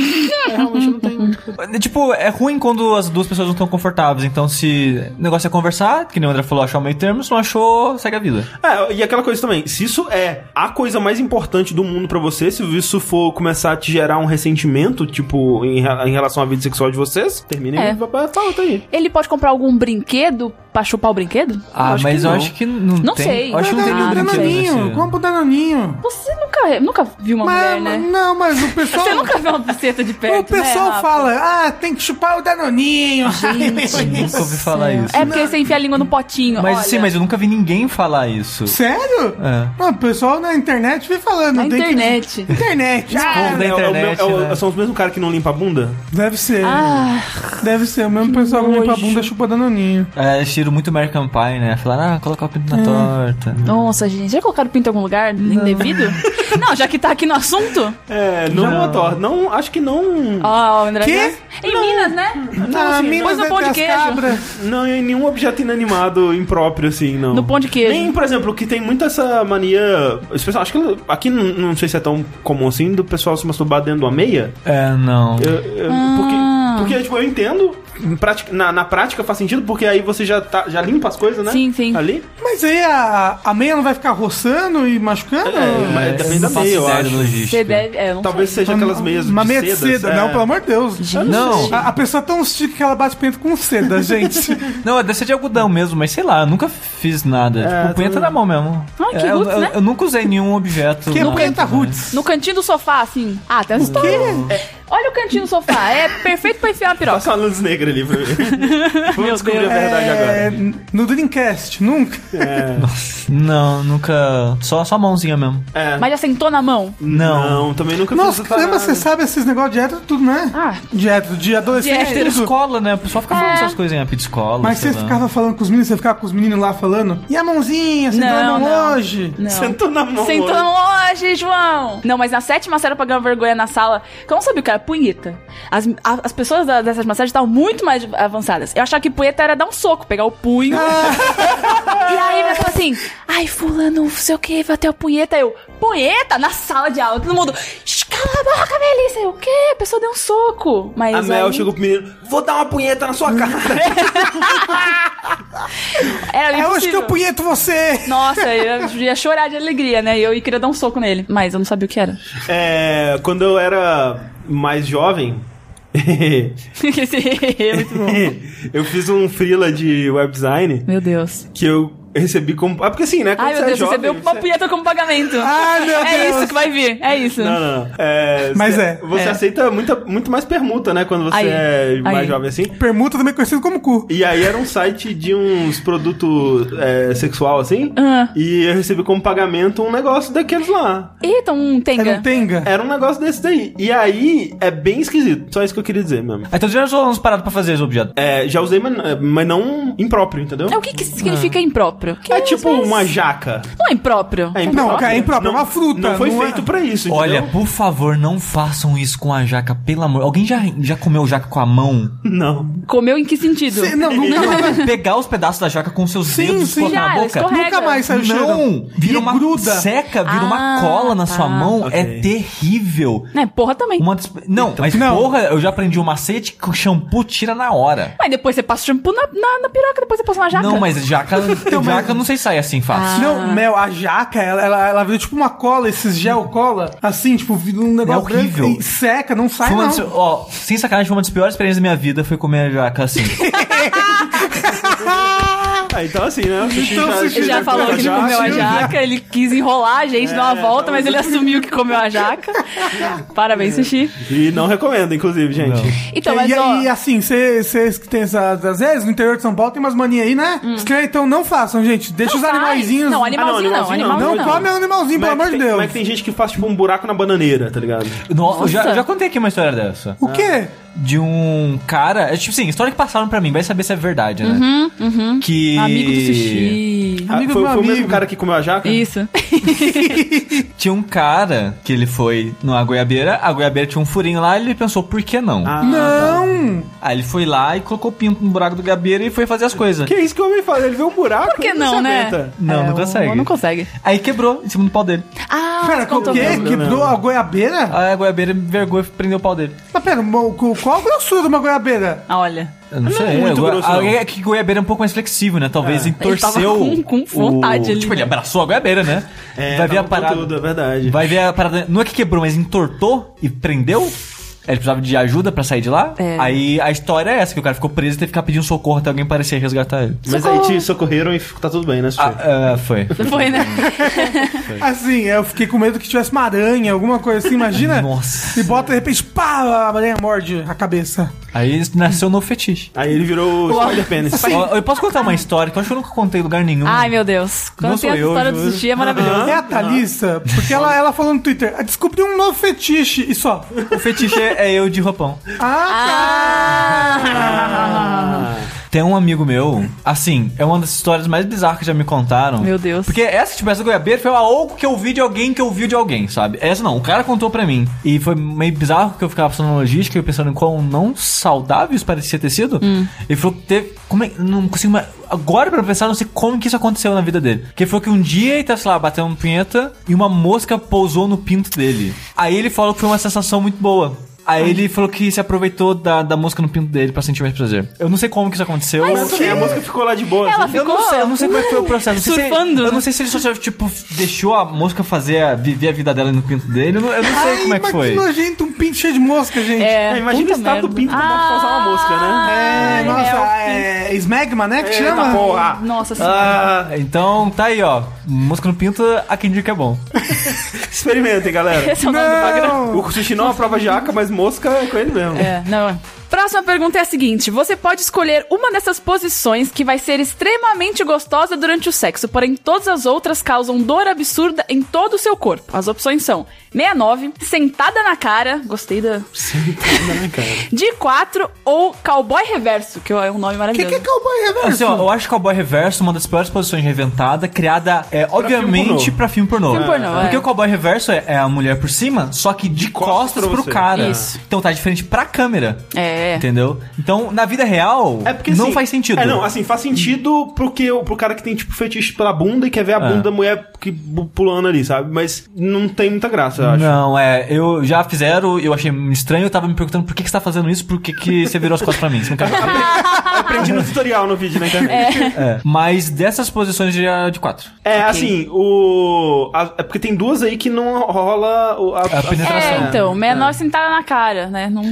B: é, realmente não tem. muito.
C: Tipo, é ruim quando as duas pessoas não estão confortáveis. Então, se o negócio é conversar, que nem o André falou, achar o meio termo, se não achou, segue a vida.
B: É, e aquela coisa também, se isso é a coisa mais importante do mundo pra você, se isso for começar a te gerar um ressentimento, tipo, em, re- em relação à vida sexual de vocês, termina
A: É.
B: e vai pra falta aí.
A: Ele pode comprar algum brinquedo pra chupar o brinquedo?
C: Ah,
B: acho
C: mas
B: que
C: eu
B: não.
C: acho que não,
A: Não
C: tem.
A: sei.
C: Eu acho que assim. não tem nenhum
A: Ah,
C: brinquedo.
D: um Danoninho,
C: nesse-
D: compra o Danoninho.
A: Você nunca, nunca viu uma mulher,
D: Mas,
A: né?
D: Não, mas o pessoal...
A: Você nunca viu uma buceta de perto,
D: O pessoal
A: né, Rafa?
D: fala, ah, tem que chupar o Danoninho.
C: Eu Nunca ouvi falar isso.
A: É porque você enfia a língua no potinho.
C: Mas
A: olha.
C: sim, mas eu nunca vi ninguém falar isso.
D: Sério?
C: É.
D: Não, o pessoal na internet vem falando.
A: Na
D: tem que-
A: internet.
D: Internet.
C: Povo
D: Ah,
C: da
B: É, o- é o meu-
C: internet,
B: é o-
C: né?
B: São os mesmos caras que não limpa a bunda?
D: deve ser.
A: Ah,
D: Deve ser. O mesmo pessoal que limpa a
A: nojo.
D: bunda chupa Danoninho.
C: É, estilo muito American Pie, né? Falar, ah, colocar o pinto
A: É.
C: na torta.
A: nossa, gente. Já colocaram pinto em algum lugar indevido? não, já que tá aqui no assunto.
B: É, não, não. Não, acho que não.
A: Ó, Ah, o André.
D: Quê?
A: Dias. Em Minas, né?
D: Ah,
B: assim,
D: Minas
A: Pois no pão de
D: entre as
A: queijo.
D: cabras.
B: Não, em nenhum objeto inanimado impróprio, assim, não.
A: No pão de queijo.
B: Nem, por exemplo, que tem muito essa mania. esse pessoal- acho que aqui não, não sei se é tão comum assim, do pessoal se masturbar dentro de uma meia.
C: É, não.
B: Eu- eu-
A: Ah.
B: porque, porque, tipo, eu entendo. em prática- na, na prática faz sentido, porque aí você já, tá, já limpa as coisas, né?
A: Sim, sim.
B: Ali.
D: Mas aí a, a meia não vai ficar roçando e machucando?
B: É, mas depende da
C: não faço
B: meia, eu
C: ideia
B: acho.
C: da logística.
A: Você deve. É, eu não
B: Talvez seja aquelas meias
D: Uma
B: de
D: meia de
B: sedas,
D: seda.
B: é.
D: Não, pelo amor de Deus.
A: sei. Gente,
C: Não.
D: A, a pessoa é tão chique que ela bate pinto com seda, gente.
C: Não, deve ser de algodão mesmo, mas sei lá, eu nunca fiz nada. tipo, punheta
B: tudo-
C: na mão mesmo. É,
A: Ai, que
C: eu,
A: roots,
C: eu-
A: né?
C: eu nunca usei nenhum objeto.
D: Que é
C: na-
D: punheta
C: né?
D: roots.
A: No cantinho do sofá, assim. Ah, tem uns. Olha o cantinho do sofá. É perfeito pra enfiar uma piroca.
B: Passa uma luz negra ali pra mim. Vamos descobrir a verdade
D: É,
B: agora.
D: n- no Dreamcast, nunca.
C: Não, nunca. Só, só a mãozinha mesmo.
B: É.
A: Mas já sentou na mão?
C: Não.
B: Não, também nunca
D: Nossa,
B: fiz essa
D: caramba, você
B: parada.
D: sabe esses negócios de hétero tudo, né?
A: Ah.
D: De hétero, de adolescente,
A: De hétero.
D: tudo.
C: Escola, né? O pessoal fica falando
A: É.
C: essas coisas em app de escola.
D: Mas
C: sei
D: você
C: lá.
D: ficava falando com os meninos, você ficava com os meninos lá falando. E a mãozinha, você deu a
A: Não,
D: mão
A: não.
D: hoje?
A: Não.
B: Sentou na mão.
A: Sentou
B: olha.
A: longe, João! Não, mas na sétima série eu pagando vergonha na sala. Que eu não sabia o que era punheta. As, a- as pessoas da, da sétima série estavam muito mais avançadas. Eu achava que punheta era dar um soco, pegar o punho. e aí vai falar assim: ai, fulano, não sei o que, vai ter a punheta. Eu, punheta? Na sala de aula, todo mundo. "Shh, Cala a boca, Melissa! Eu, o quê? A pessoa deu um soco. Mas
B: A Mel
A: aí-
B: chegou pro menino, vou dar uma punheta na
A: Uhum.
B: sua cara.
A: Era
D: É hoje que
A: impossível.
D: eu punheto você!
A: Nossa, eu ia chorar de alegria, né? E eu queria dar um soco nele. Mas eu não sabia o que era.
B: é, quando eu era mais jovem,
A: Muito bom.
B: eu fiz um freela de web design
A: Meu Deus.
B: que eu recebi como... Ah, porque assim, né? Quando
A: Ai, meu
B: você
A: Deus,
B: é jovem,
A: recebeu uma
B: você-
A: punheta como pagamento.
D: Ai, meu
A: é
D: Deus.
A: isso que vai vir, é isso.
B: Não, não, não. É,
D: Mas
B: você-
D: é.
B: Você
A: É.
B: aceita muita, muito mais permuta, né? Quando você
A: Aí,
B: é mais
A: aí.
B: jovem assim.
D: Permuta também conhecido como cu.
B: E aí era um site de uns produtos é, sexual, assim.
A: Ah.
B: E eu recebi como pagamento um negócio daqueles lá.
A: Eita, um
D: Era
A: tenga.
D: um tenga.
C: É.
B: Era um negócio desse daí. E aí, é bem esquisito. Só isso que eu queria dizer mesmo.
C: Então já usou uns parados pra fazer esse objeto.
B: É, já usei, mas, mas não impróprio, entendeu?
A: É, O que que significa impróprio? Que
B: É
A: às
B: tipo
A: vezes-
B: uma jaca.
A: Não é impróprio.
B: É
D: Não, cara, é impróprio, é uma fruta,
B: Não foi
D: não é-
B: feito pra isso, entendeu?
C: Olha, por favor, não façam isso com a jaca, pelo amor. Alguém já, já comeu jaca com a mão?
B: Não.
A: Comeu em que sentido?
D: Cê- não, nunca mais.
C: Pegar os pedaços da jaca com seus
D: Sim,
C: dedos
D: sim.
C: e colocar
A: Já,
C: na boca?
A: escorrega.
D: Nunca mais saiu cheiro.
C: Não, vira
D: E
C: uma
D: gruda.
C: seca, vira uma
A: Ah,
C: cola na
A: tá.
C: sua mão,
B: Ok.
C: é terrível.
A: É, porra também.
C: Uma des- Não, mas
D: Então, Não.
C: porra, eu já aprendi um macete que o shampoo tira na hora.
A: Mas depois você passa o shampoo na, na, na piroca, depois você passa na jaca. Ah,
C: Não, mas jaca,
D: Então,
C: jaca não sei sair assim fácil.
D: Não, Mel, a jaca, ela, ela, ela vira tipo uma cola, esses gel cola, assim, tipo, vira um negócio
C: É horrível.
D: branco e seca, não sai
C: Foi uma
D: não.
C: das- ó, sem sacanagem, foi uma das piores experiências da minha vida foi comer a jaca assim.
B: Ah, então assim, né? O sushi
D: Então, sushi
A: Ele já
D: Ele
A: falou que ele
D: já-
A: comeu a
D: já-
A: jaca, ele quis enrolar a gente, dar uma
B: É,
A: volta,
B: tá
A: mas ele assumiu que comeu a jaca. Parabéns,
B: É.
A: sushi.
B: E não recomendo, inclusive, gente.
A: Então,
D: e,
A: mas ó,
D: e, e assim, vocês que tem essas, às vezes, no interior de São Paulo tem umas manias aí, né? Escreve, Então não façam, gente. Deixa
A: Hum. Não
D: os
A: faz.
D: animaizinhos.
A: Não, animalzinho
B: Ah, não,
A: não,
B: animalzinho
A: animalzinho
D: Não,
A: não.
D: come o animalzinho, pelo
B: Como é
D: amor
B: que
D: de
B: tem-
D: Deus.
B: Como é que tem gente que faz, tipo, um buraco na bananeira, tá ligado?
C: No- eu já,
A: Nossa.
C: já contei aqui uma história dessa.
D: O quê?
C: de um cara. É tipo assim, história que passaram pra mim, vai saber se é verdade, né? Que.
A: Uhum. Amigo do sushi.
D: Amigo
B: Ah,
D: do
B: foi,
D: meu
B: foi o mesmo
D: amigo.
B: cara que comeu a jaca?
A: Isso.
B: Ah.
C: Tinha um cara que ele foi numa goiabeira, a goiabeira tinha um furinho lá, ele pensou, por que não?
B: Ah,
D: Não!
C: Aí ele foi lá e colocou o pinto no buraco do goiabeira e foi fazer as coisas.
B: Que é isso que o homem faz? Ele vê um buraco.
A: Por que
B: ele
A: não,
B: se
A: né?
B: aguenta.
C: Não, não
A: o-
C: consegue.
A: Não consegue.
C: Aí quebrou em cima do pau dele.
B: Tá.
A: Ah,
D: Pera,
A: você contou
B: é
D: o quê?
A: mesmo.
D: Quebrou a goiabeira?
C: Aí a goiabeira vergou e prendeu o pau dele.
D: Mas pera, mo- co- qual a grossura de uma goiabeira?
A: Ah, Olha.
C: Eu não,
B: Não é
C: sei.
B: muito
C: a goi-
B: grosso,
C: a-
B: não.
C: é que goiabeira é um pouco mais flexível, né? Talvez
B: É.
C: ele torceu.
A: Ele tava com- com vontade
C: o...
A: ali,
C: Tipo, ele
A: né?
C: abraçou a goiabeira, né?
B: É,
C: Vai ver
B: tá
C: a
B: no
C: parada.
B: conteúdo, é verdade.
C: Vai ver a parada. Não é que quebrou, mas entortou e prendeu. Ele precisava de ajuda pra sair de lá.
A: É.
C: Aí a história é essa, que o cara ficou preso e teve que ficar pedindo socorro até alguém parecer resgatar ele.
B: Mas aí te socorreram e tá tudo bem, né? Sushi?
C: Ah, é, foi.
A: Foi, né?
D: Assim, eu fiquei com medo que tivesse uma aranha, alguma coisa assim, imagina?
C: Nossa.
D: E bota de repente, pá, a aranha morde a cabeça.
C: Aí nasceu no fetiche.
A: Ah.
B: Aí ele virou
A: Uau.
B: Spider Penis.
C: Ó, Eu posso contar uma história que eu acho que eu nunca contei em lugar nenhum.
A: Ai, meu Deus. Quando
C: Não
A: tem
C: sou
A: essa
C: eu,
A: história do
C: juro.
A: sushi, é maravilhoso.
D: É a Thalissa, porque ela, ela falou no Twitter, "Ah, descobri um novo fetiche, e só.
C: O fetiche é, é eu de roupão. Ah!
A: Ah!
C: Tem um amigo meu, assim, é uma das histórias mais bizarras que já me contaram.
A: Meu Deus.
C: Porque essa, tipo, essa goiabeira foi algo que eu vi de alguém que eu vi de alguém, sabe? Essa não, o cara contou pra mim. E foi meio bizarro que eu ficava pensando na logística e eu pensando em quão não saudáveis parecia ter sido. Ele falou que teve. Como é, não consigo mais. Agora pra pensar, eu não sei como que isso aconteceu na vida dele. Que ele falou que um dia ele tá, sei lá, batendo punheta e uma mosca pousou no pinto dele. Aí ele falou que foi uma sensação muito boa. Aí ele falou que se aproveitou da, da mosca no pinto dele pra sentir mais prazer. Eu não sei como que isso aconteceu.
B: Mas assim, a música ficou lá de boa.
A: Ela
B: assim.
A: ficou.
C: Eu não sei, eu não sei como é que foi o processo. Não sei se-
A: Surfando,
C: eu
A: né?
C: não sei se ele só, tipo, deixou a mosca fazer, a- viver a vida dela no pinto dele. Eu não, eu não sei
D: Ai,
C: como é que
D: mas
C: foi.
D: que nojento, um pinto cheio de mosca, gente.
A: É,
B: É, imagina
A: puta
B: o estado do
A: merda. Ah,
B: pinto pra causar uma mosca, né?
D: É, nossa, é, esmegma, né, que
B: Eita
A: tá
D: chama?
B: porra.
A: é Nossa senhora.
B: Ah,
C: Então tá aí, ó. Mosca no pinto, a quem diz que é bom.
B: experimentem, galera.
A: Esse é o nome do programa.
D: Não.
B: O sushi não é prova de aca, mas mosca é com ele mesmo.
A: É, não. Próxima pergunta é a seguinte: você pode escolher uma dessas posições que vai ser extremamente gostosa durante o sexo, porém todas as outras causam dor absurda em todo o seu corpo. As opções são 69, sentada na cara, gostei da. De 4 ou cowboy reverso, que é um nome
D: O que,
A: maravilhoso.
D: que é cowboy reverso?
C: Assim, ó, eu acho que o Cowboy Reverso é uma das piores posições reinventada, criada, é, obviamente,
B: pornô.
C: pra filme pornô.
A: Filme pornô,
C: Porque
A: é.
C: o Cowboy Reverso é, é a mulher por cima, só que de
B: costas
C: costas,
B: pra
C: pro
B: você.
C: cara.
A: Isso.
C: Então tá diferente pra câmera.
A: É.
C: Entendeu? Então, na vida real,
B: É porque
C: não
B: assim,
C: faz sentido.
B: É, não, assim, faz sentido pro, que, pro cara que tem, tipo, fetiche pela bunda e quer ver a
C: É.
B: bunda da mulher que, bu- pulando ali, sabe? Mas não tem muita graça, eu acho.
C: Não, é, eu já fizeram, eu achei estranho, eu tava me perguntando por que, que você tá fazendo isso, por que, que você virou as costas pra mim. Você não quer ver?
B: Eu aprendi no tutorial no vídeo né? na internet.
C: É. Mas dessas posições de, de quatro.
B: É, assim, o. a- é porque tem duas aí que não rola o- a,
C: A penetração.
A: É, então, menor sentada na cara, né? Não...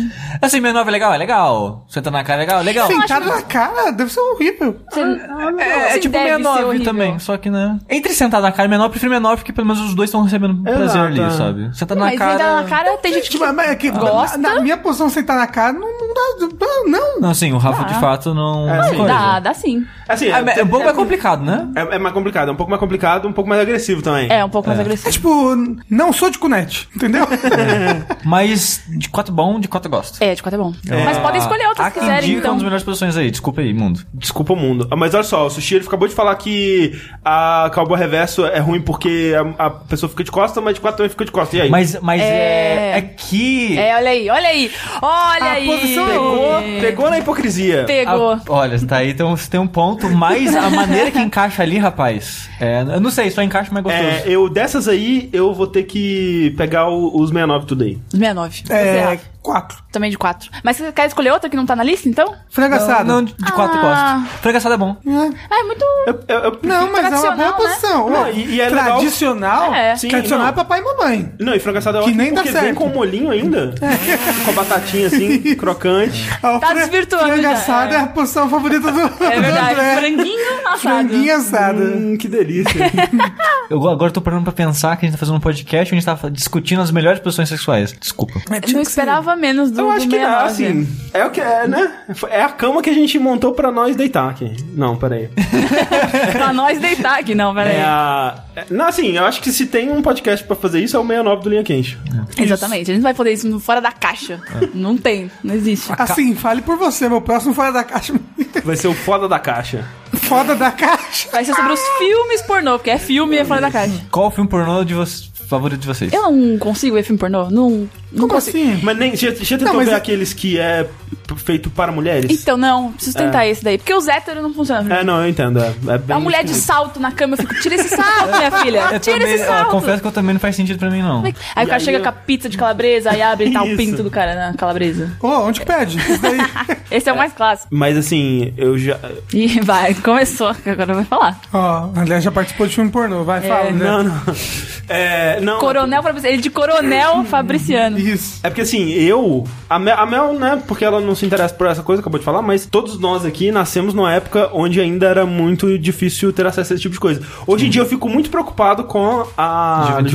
C: Assim, minha nova é legal, é legal. Senta na cara, é legal, é legal.
D: Sentado na cara, deve ser horrível.
A: Você-
C: É,
A: Assim,
C: é tipo
A: deve ser
C: meia nove
A: horrível.
C: também, só que né. Entre sentar na cara e menor, eu prefiro menor, porque pelo menos os dois estão recebendo prazer ali,
B: Exato.
C: sabe? Sentar na
A: Mas
C: cara. é-
A: sentada na cara tem gente que.
D: Tipo, mas é que
A: Gosta?
D: Na, na minha posição, sentar na cara, não, não dá. Não.
C: Não, assim, o Rafa de fato não.
B: É,
C: não
B: sim.
C: coisa.
A: Dá, dá sim.
B: Assim,
C: É, mas
B: é,
C: é um pouco mais complicado, né?
B: é- é mais complicado, é um pouco mais complicado, um pouco mais agressivo também.
A: É, um pouco mais
D: É
A: agressivo.
D: tipo, não sou de cunete, entendeu?
C: Mas de quatro bom, de quatro gosto.
A: É, de quatro é bom. Mas podem escolher outras
C: Há
A: que
C: quem
A: quiserem,
C: diga que é
A: então.
C: uma das melhores posições aí, desculpa aí, mundo.
B: Desculpa o mundo. Ah, Mas olha só, o Sushi ele acabou de falar que a Cowboy Reverso é ruim porque a, a pessoa fica de costa, mas de quatro também fica de costa. E aí?
C: Mas, mas
A: É.
C: é... é que.
A: É, olha aí, olha aí, olha
D: A
A: aí.
D: Ah, posição É.
B: Pegou, pegou Ah. na hipocrisia.
A: Pegou.
C: A- olha, tá aí, então você tem um ponto, mas a maneira que encaixa ali, rapaz. É, eu não sei, só encaixa, mas é gostoso.
B: É, eu dessas aí, eu vou ter que pegar o- os 69 tudo aí.
A: 69. Você
D: É,
A: erra.
D: quatro.
A: Também de 4. Mas você quer escolher outra que não tá na lista, então?
D: Frangaçada.
C: Não, não, de de quatro
A: Ah.
C: costas. Frangaçada é bom.
A: Ah, é muito...
B: Eu, eu- eu-
D: Não, mas é uma boa
A: Tradicional, né?
D: posição.
B: Não, e- e é legal-
D: tradicional,
A: É.
B: Sim,
D: tradicional
B: não.
D: é papai e mamãe.
B: Não, e frango assado é
D: Que
B: ótimo
D: nem dá
B: porque vem
D: certo.
B: com molhinho ainda. com a batatinha assim, crocante.
D: Ah, o
A: Tá
D: fra-
A: desvirtuando já,
D: Frangaçada
A: é.
D: é. a posição favorita do
A: É verdade,
D: do André.
A: franguinho assado.
D: Franguinha assada.
B: Hum, que delícia.
C: Eu agora tô parando pra pensar que a gente tá fazendo um podcast onde a gente tá discutindo as melhores posições sexuais. Desculpa.
D: Mas
A: Eu
D: tinha
A: não
D: que ser.
A: esperava menos do
B: tipo assim, Eu acho
A: do
B: que dá,
A: 69.
B: assim. É o que é, né? É a cama que a gente montou pra nós deitar aqui. Não, peraí.
A: Pra nós deitar aqui, não, peraí.
B: É a. é- Não, assim, eu acho que se tem um podcast pra fazer isso é o 69 do Linha Quente.
A: Exatamente, a gente não vai poder isso no- fora da caixa.
B: É.
A: Não tem, não existe.
D: Assim, fale por você, meu próximo fora da caixa.
B: Vai ser o foda da caixa.
D: Foda da caixa.
A: Vai ser sobre os filmes pornô, porque é filme e é fora da caixa.
C: Qual o filme pornô de vo- favorito de vocês?
A: Eu não consigo ver filme pornô, não, não
D: Como
A: consigo.
D: assim?
B: Mas nem. Já, já tentou
D: Não, mas
B: ver
D: é-
B: aqueles que é p- feito para mulheres?
A: Então, não, preciso tentar esse daí, porque os héteros não funcionam.
B: É, não, eu entendo. É, é bem
A: A Então. mulher de
B: esquisito.
A: salto na cama, eu fico, tira esse salto, minha filha.
C: Eu
A: Tira
C: também-
A: esse
C: eu
A: salto.
C: confesso que eu também não faz sentido pra mim, não.
A: Aí o
B: E
A: cara
B: aí
A: chega
B: eu-
A: com a pizza de calabresa, aí abre e tá o
B: Isso.
A: pinto do cara na calabresa.
D: Ô, onde que pede? Isso daí.
A: Esse é o mais clássico.
B: Mas assim, eu já.
A: Ih, vai, começou, agora vai falar.
D: Ó, o André já participou de filme pornô, vai, fala. Né?
B: Não, não. É, não.
A: Coronel, Fabriciano, ele de coronel Fabriciano.
D: Isso.
B: É porque assim, eu. A Mel, a Mel, né? Porque ela não se interessa por essa coisa, acabou de falar, mas todos nós aqui nascemos numa época onde ainda era muito difícil ter acesso a esse tipo de coisa. Hoje em dia eu fico muito preocupado com a
C: Juventude.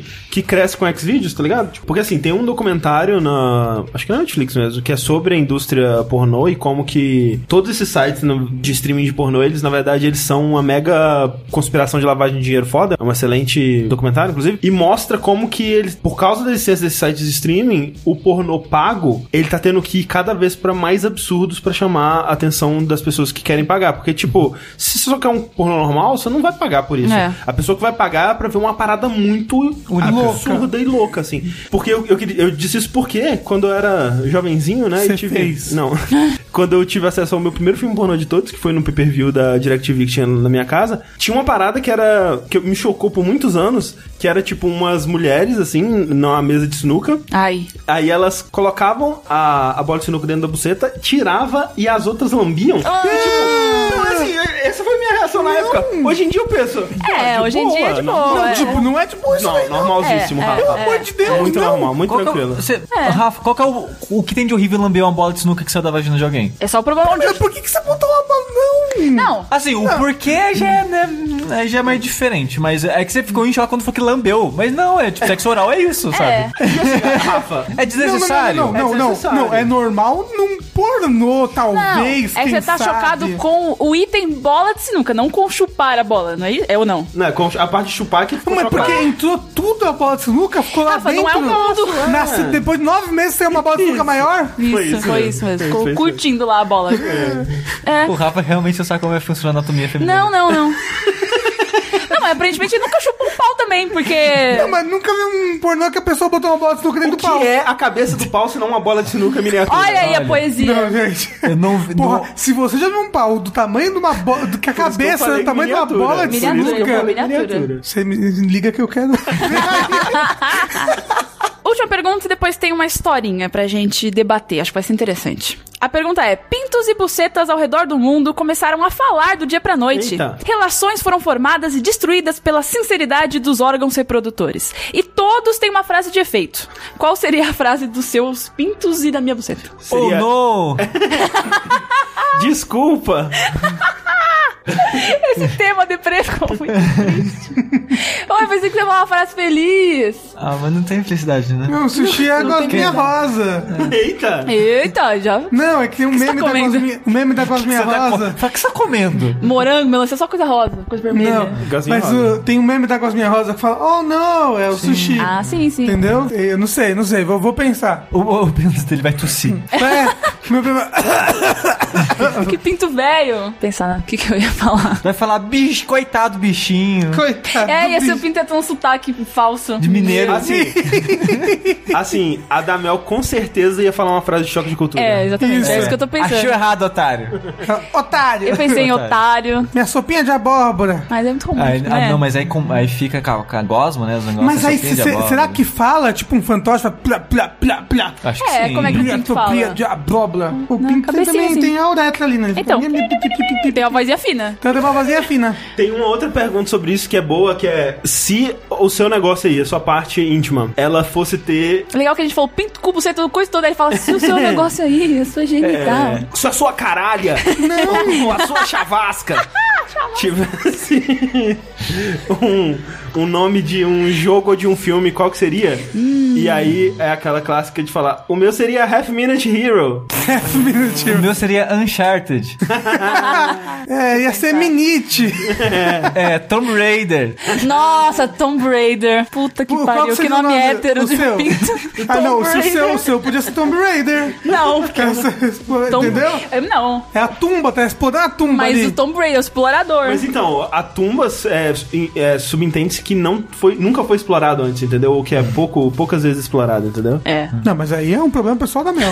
B: juventude, que cresce com Xvideos, tá ligado? Tipo, Porque assim, tem um documentário na. Acho que na Netflix mesmo, que é sobre a indústria pornô e como que todos esses sites no- de streaming de pornô, eles, na verdade, eles são uma mega conspiração de lavagem de dinheiro foda. É um excelente documentário, inclusive. E mostra como que eles, por causa da existência desses sites de streaming, o pornô pago, ele tá tendo que ir cada vez pra mais absurdos pra chamar a atenção das pessoas que querem pagar. Porque, tipo, se você só quer um pornô normal, você não vai pagar por isso.
A: É.
B: A pessoa que vai pagar é pra ver uma parada muito absurda e louca, assim. Porque eu, eu, queria- eu disse isso porque quando eu era jovenzinho, né?
D: Você
B: eu tive.
D: fez.
B: Não. quando eu tive acesso ao meu primeiro filme pornô de todos, que foi no pay-per-view da DirecTV que tinha na minha casa, tinha uma parada que era. que me chocou por muitos anos, que era tipo umas mulheres, assim, numa mesa de sinuca.
A: Ai.
B: Aí elas colocavam a, a bola de sinuca dentro da buceta, tirava e as outras lambiam.
A: Ah.
B: E, tipo, então, assim, essa foi a minha reação na época. Hoje em dia eu penso.
A: Hum. É,
B: "Pô, de
A: hoje em dia é de
B: não-
A: boa.
D: Não,
A: é.
D: tipo, não é tipo isso
B: Não,
D: aí, não.
B: normalzíssimo,
A: É,
B: Rafa.
A: é, Pelo amor
D: de Deus,
B: Muito
D: não.
B: normal, muito
C: Qual que é o-
B: tranquilo.
C: você-
A: É.
C: Rafa, qual que é o, o que tem de horrível lamber uma bola de sinuca que saiu da vagina de alguém?
A: É só o problema.
D: Mas por que, que você botou uma bola? Não!
A: Não.
C: Assim, o porquê já é, né, aí já é mais diferente, mas é que você ficou em choque quando foi que lambeu. Mas não, é tipo, sexo oral é isso,
A: É.
C: sabe?
B: Rafa,
C: É desnecessário.
D: Não, não, não, não,
B: É
D: não, não,
B: desnecessário.
D: não, é normal num pornô,
A: Não,
D: talvez.
A: é que
D: quem
A: você tá
D: sabe.
A: chocado com o item bola de sinuca, não com chupar a bola, não é isso? É ou não?
B: Não, né, com- a parte de chupar que ficou
D: Mas porque
B: chocada.
D: entrou tudo a bola de sinuca, ficou lá
A: Rafa,
D: dentro.
A: não é um mundo.
D: Nasce-
B: É.
D: depois de nove meses tem uma bola de sinuca maior.
A: Isso,
B: Foi
A: foi
B: isso
A: isso,
B: mesmo. Foi
A: mesmo.
B: isso, foi
A: Ficou
B: isso
A: curtindo lá a bola. É.
C: O Rafa realmente não sabe como é que funciona a anatomia feminina.
A: Não, não, não. Não, mas aparentemente ele nunca chupou um pau também, porque.
D: Não, mas nunca vi um pornô que a pessoa botou uma bola de sinuca dentro
B: O
D: do pau.
B: que é a cabeça do pau se não uma bola de sinuca miniatura?
A: Olha aí a
C: Olha.
A: poesia.
D: Não, gente.
C: Eu não vi.
D: Porra,
C: não-
D: se você já viu um pau do tamanho de uma bola. do que a
B: Por isso que eu
D: cabeça é
B: falei
D: do tamanho de uma
B: miniatura.
D: bola de
B: Por isso que eu
A: Miniatura,
D: sinuca.
B: falei
A: miniatura.
D: Você me liga que eu quero.
A: Última pergunta e depois tem uma historinha pra gente debater. Acho que vai ser interessante. A pergunta é: pintos e bucetas ao redor do mundo começaram a falar do dia pra noite.
B: Eita.
A: Relações foram formadas e destruídas pela sinceridade dos órgãos reprodutores. E todos têm uma frase de efeito. Qual seria a frase dos seus pintos e da minha buceta?
B: Seria-
C: Oh, não!
B: Desculpa.
D: É.
A: Esse tema deprê ficou muito triste. Oi, pensei que você ia falar uma frase feliz.
C: Ah, mas não tem felicidade, né?
D: Não, sushi é a gosminha rosa.
B: Eita.
A: Eita, já.
D: Não, é que tem um
A: você
D: meme,
A: tá
D: da
A: comendo?
D: gosminha, um meme da gosminha
C: Você tá,
D: rosa.
C: co- Fala, o que você tá comendo?
A: Morango, melancia, só coisa rosa, coisa vermelha.
D: Não,
B: Gosminha
D: mas
B: rosa.
D: o- tem um meme da gosminha rosa que fala, oh não, é o sushi.
A: Ah, sim, sim.
D: Entendeu? Eu não sei, não sei, vou, vou pensar.
C: O, o Bento dele vai tossir.
D: É, meu problema.
A: Que pinto velho. Pensar no que, que eu ia falar.
C: Vai falar, bicho, coitado bichinho.
D: Coitado.
A: É,
D: do
A: e esse
D: bicho.
A: pinto é tão sotaque falso.
C: De mineiro.
B: Assim, assim, a Damel com certeza ia falar uma frase de choque de cultura.
A: É, exatamente.
D: Isso,
A: é isso que eu tô pensando.
C: Achou errado, otário.
D: Otário.
A: Eu pensei em otário,
D: Minha sopinha de abóbora.
A: mas é muito comum.
C: Aí-
A: né?
C: ah, não, mas aí, com- aí fica com a, com a gosma, né? Os negócios,
D: Mas aí,
C: assim, de
D: se- se-
C: abóbora.
D: será que fala tipo um fantoche? Fala, Plá, plá, plá, plá.
C: Acho que
A: É,
C: sim.
A: como é que
D: Minha
A: pinto
D: sopinha
A: fala?
D: de abóbora. O pinto
A: cabecinha
D: também
A: assim.
D: tem a uretra ali, né? Ele
A: Então.
D: fica-
A: Tem uma vozinha fina.
D: Então tem uma vozinha fina.
B: Tem uma outra pergunta sobre isso que é boa, que é se o seu negócio aí, a sua parte íntima, ela fosse ter
A: É Legal que a gente falou pinto, cubo, você tudo, coisa toda. Ele fala, se o seu
D: É.
A: negócio aí, a sua genital.
B: é, Se a sua caralha, ou a sua chavasca, tivesse um, um nome de um jogo ou de um filme, qual que seria? E aí é aquela clássica de falar: o meu seria Half Minute Hero.
C: O meu seria Uncharted.
D: É, ia ser minite.
C: é, Tomb Raider.
A: Nossa, Tomb Raider. Puta que
D: É. Pô, qual
A: pariu,
D: que
A: que
D: seria o
A: nome
D: nome?
A: hétero
D: O
A: de
D: seu?
A: pinto.
D: Ah, não,
A: Tomb
D: se o seu, o
A: Raider.
D: seu podia ser Tomb Raider.
A: Não, porque
D: Essa-
A: Tomb...
D: Entendeu?
A: É, Não,
D: É a tumba, tá explorando a tumba
A: mas
D: ali.
A: o Tomb Raider, o explorador.
B: Mas então, a tumba é, é, subentende-se que não foi, nunca foi explorado antes, entendeu? Ou que é pouco, poucas vezes explorado, entendeu?
A: É,
D: Não, mas aí é um problema pessoal da Mel.